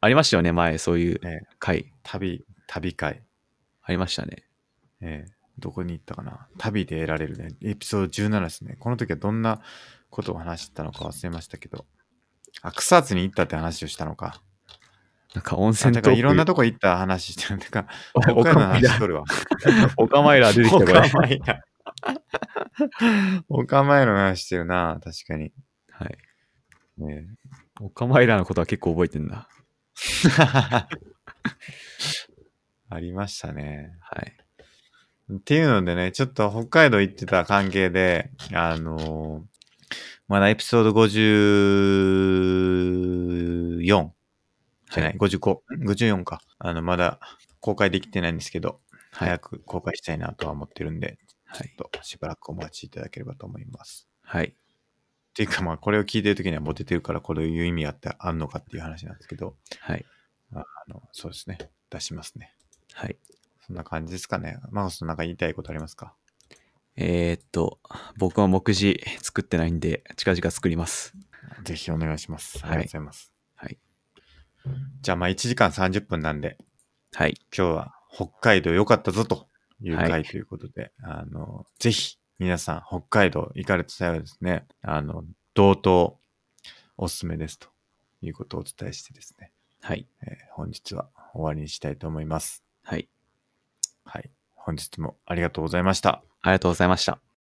Speaker 2: ありましたよね、前、そういう
Speaker 1: ね、
Speaker 2: 回。
Speaker 1: 旅、旅会。
Speaker 2: ありましたね。
Speaker 1: えーどこに行ったかな旅で得られるね。エピソード17ですね。この時はどんなことを話してたのか忘れましたけど。あ、草津に行ったって話をしたのか。
Speaker 2: なんか温
Speaker 1: あ
Speaker 2: 泉
Speaker 1: だか
Speaker 2: トー
Speaker 1: ら
Speaker 2: ク
Speaker 1: いろんなとこ行った話してるんだから、
Speaker 2: お
Speaker 1: 北海道の
Speaker 2: かまい
Speaker 1: 話し
Speaker 2: ら、
Speaker 1: とるわ。
Speaker 2: おかまいら出てきたこれ。
Speaker 1: お構いない。お構いの話してるな、確かに。
Speaker 2: はい。
Speaker 1: ね
Speaker 2: おかまいらのことは結構覚えてんな。
Speaker 1: えありましたね。
Speaker 2: はい。
Speaker 1: っていうのでね、ちょっと北海道行ってた関係で、あのーまだエピソード54じゃない、55、54か。あの、まだ公開できてないんですけど、
Speaker 2: はい
Speaker 1: 早く公開したいなとは思ってるんで、
Speaker 2: は
Speaker 1: ち
Speaker 2: い。
Speaker 1: ょっとしばらくお待ちいただければと思います。
Speaker 2: はい。
Speaker 1: っていうかまあ、これを聞いてる時にはモテてるから、これを言う意味あってあんのかっていう話なんですけど、
Speaker 2: はい。
Speaker 1: あの、そうですね。出しますね。
Speaker 2: はい。
Speaker 1: そんな感じですかね。マウスなんか言いたいことありますか
Speaker 2: えーっと、僕は目次作ってないんで、近々作ります。
Speaker 1: ぜひお願いします。あ
Speaker 2: はい
Speaker 1: りがとうございます。
Speaker 2: はい。
Speaker 1: じゃあ、まあ1時間30分なんで、
Speaker 2: はい。
Speaker 1: 今日は北海道良かったぞという
Speaker 2: は
Speaker 1: 回
Speaker 2: い
Speaker 1: ということで、あの、ぜひ皆さん北海道行かれた際はですね、あの、道東おすすめですということをお伝えしてですね、
Speaker 2: はい。
Speaker 1: えー本日は終わりにしたいと思います。
Speaker 2: はい。
Speaker 1: はい。本日もありがとうございました。
Speaker 2: ありがとうございました。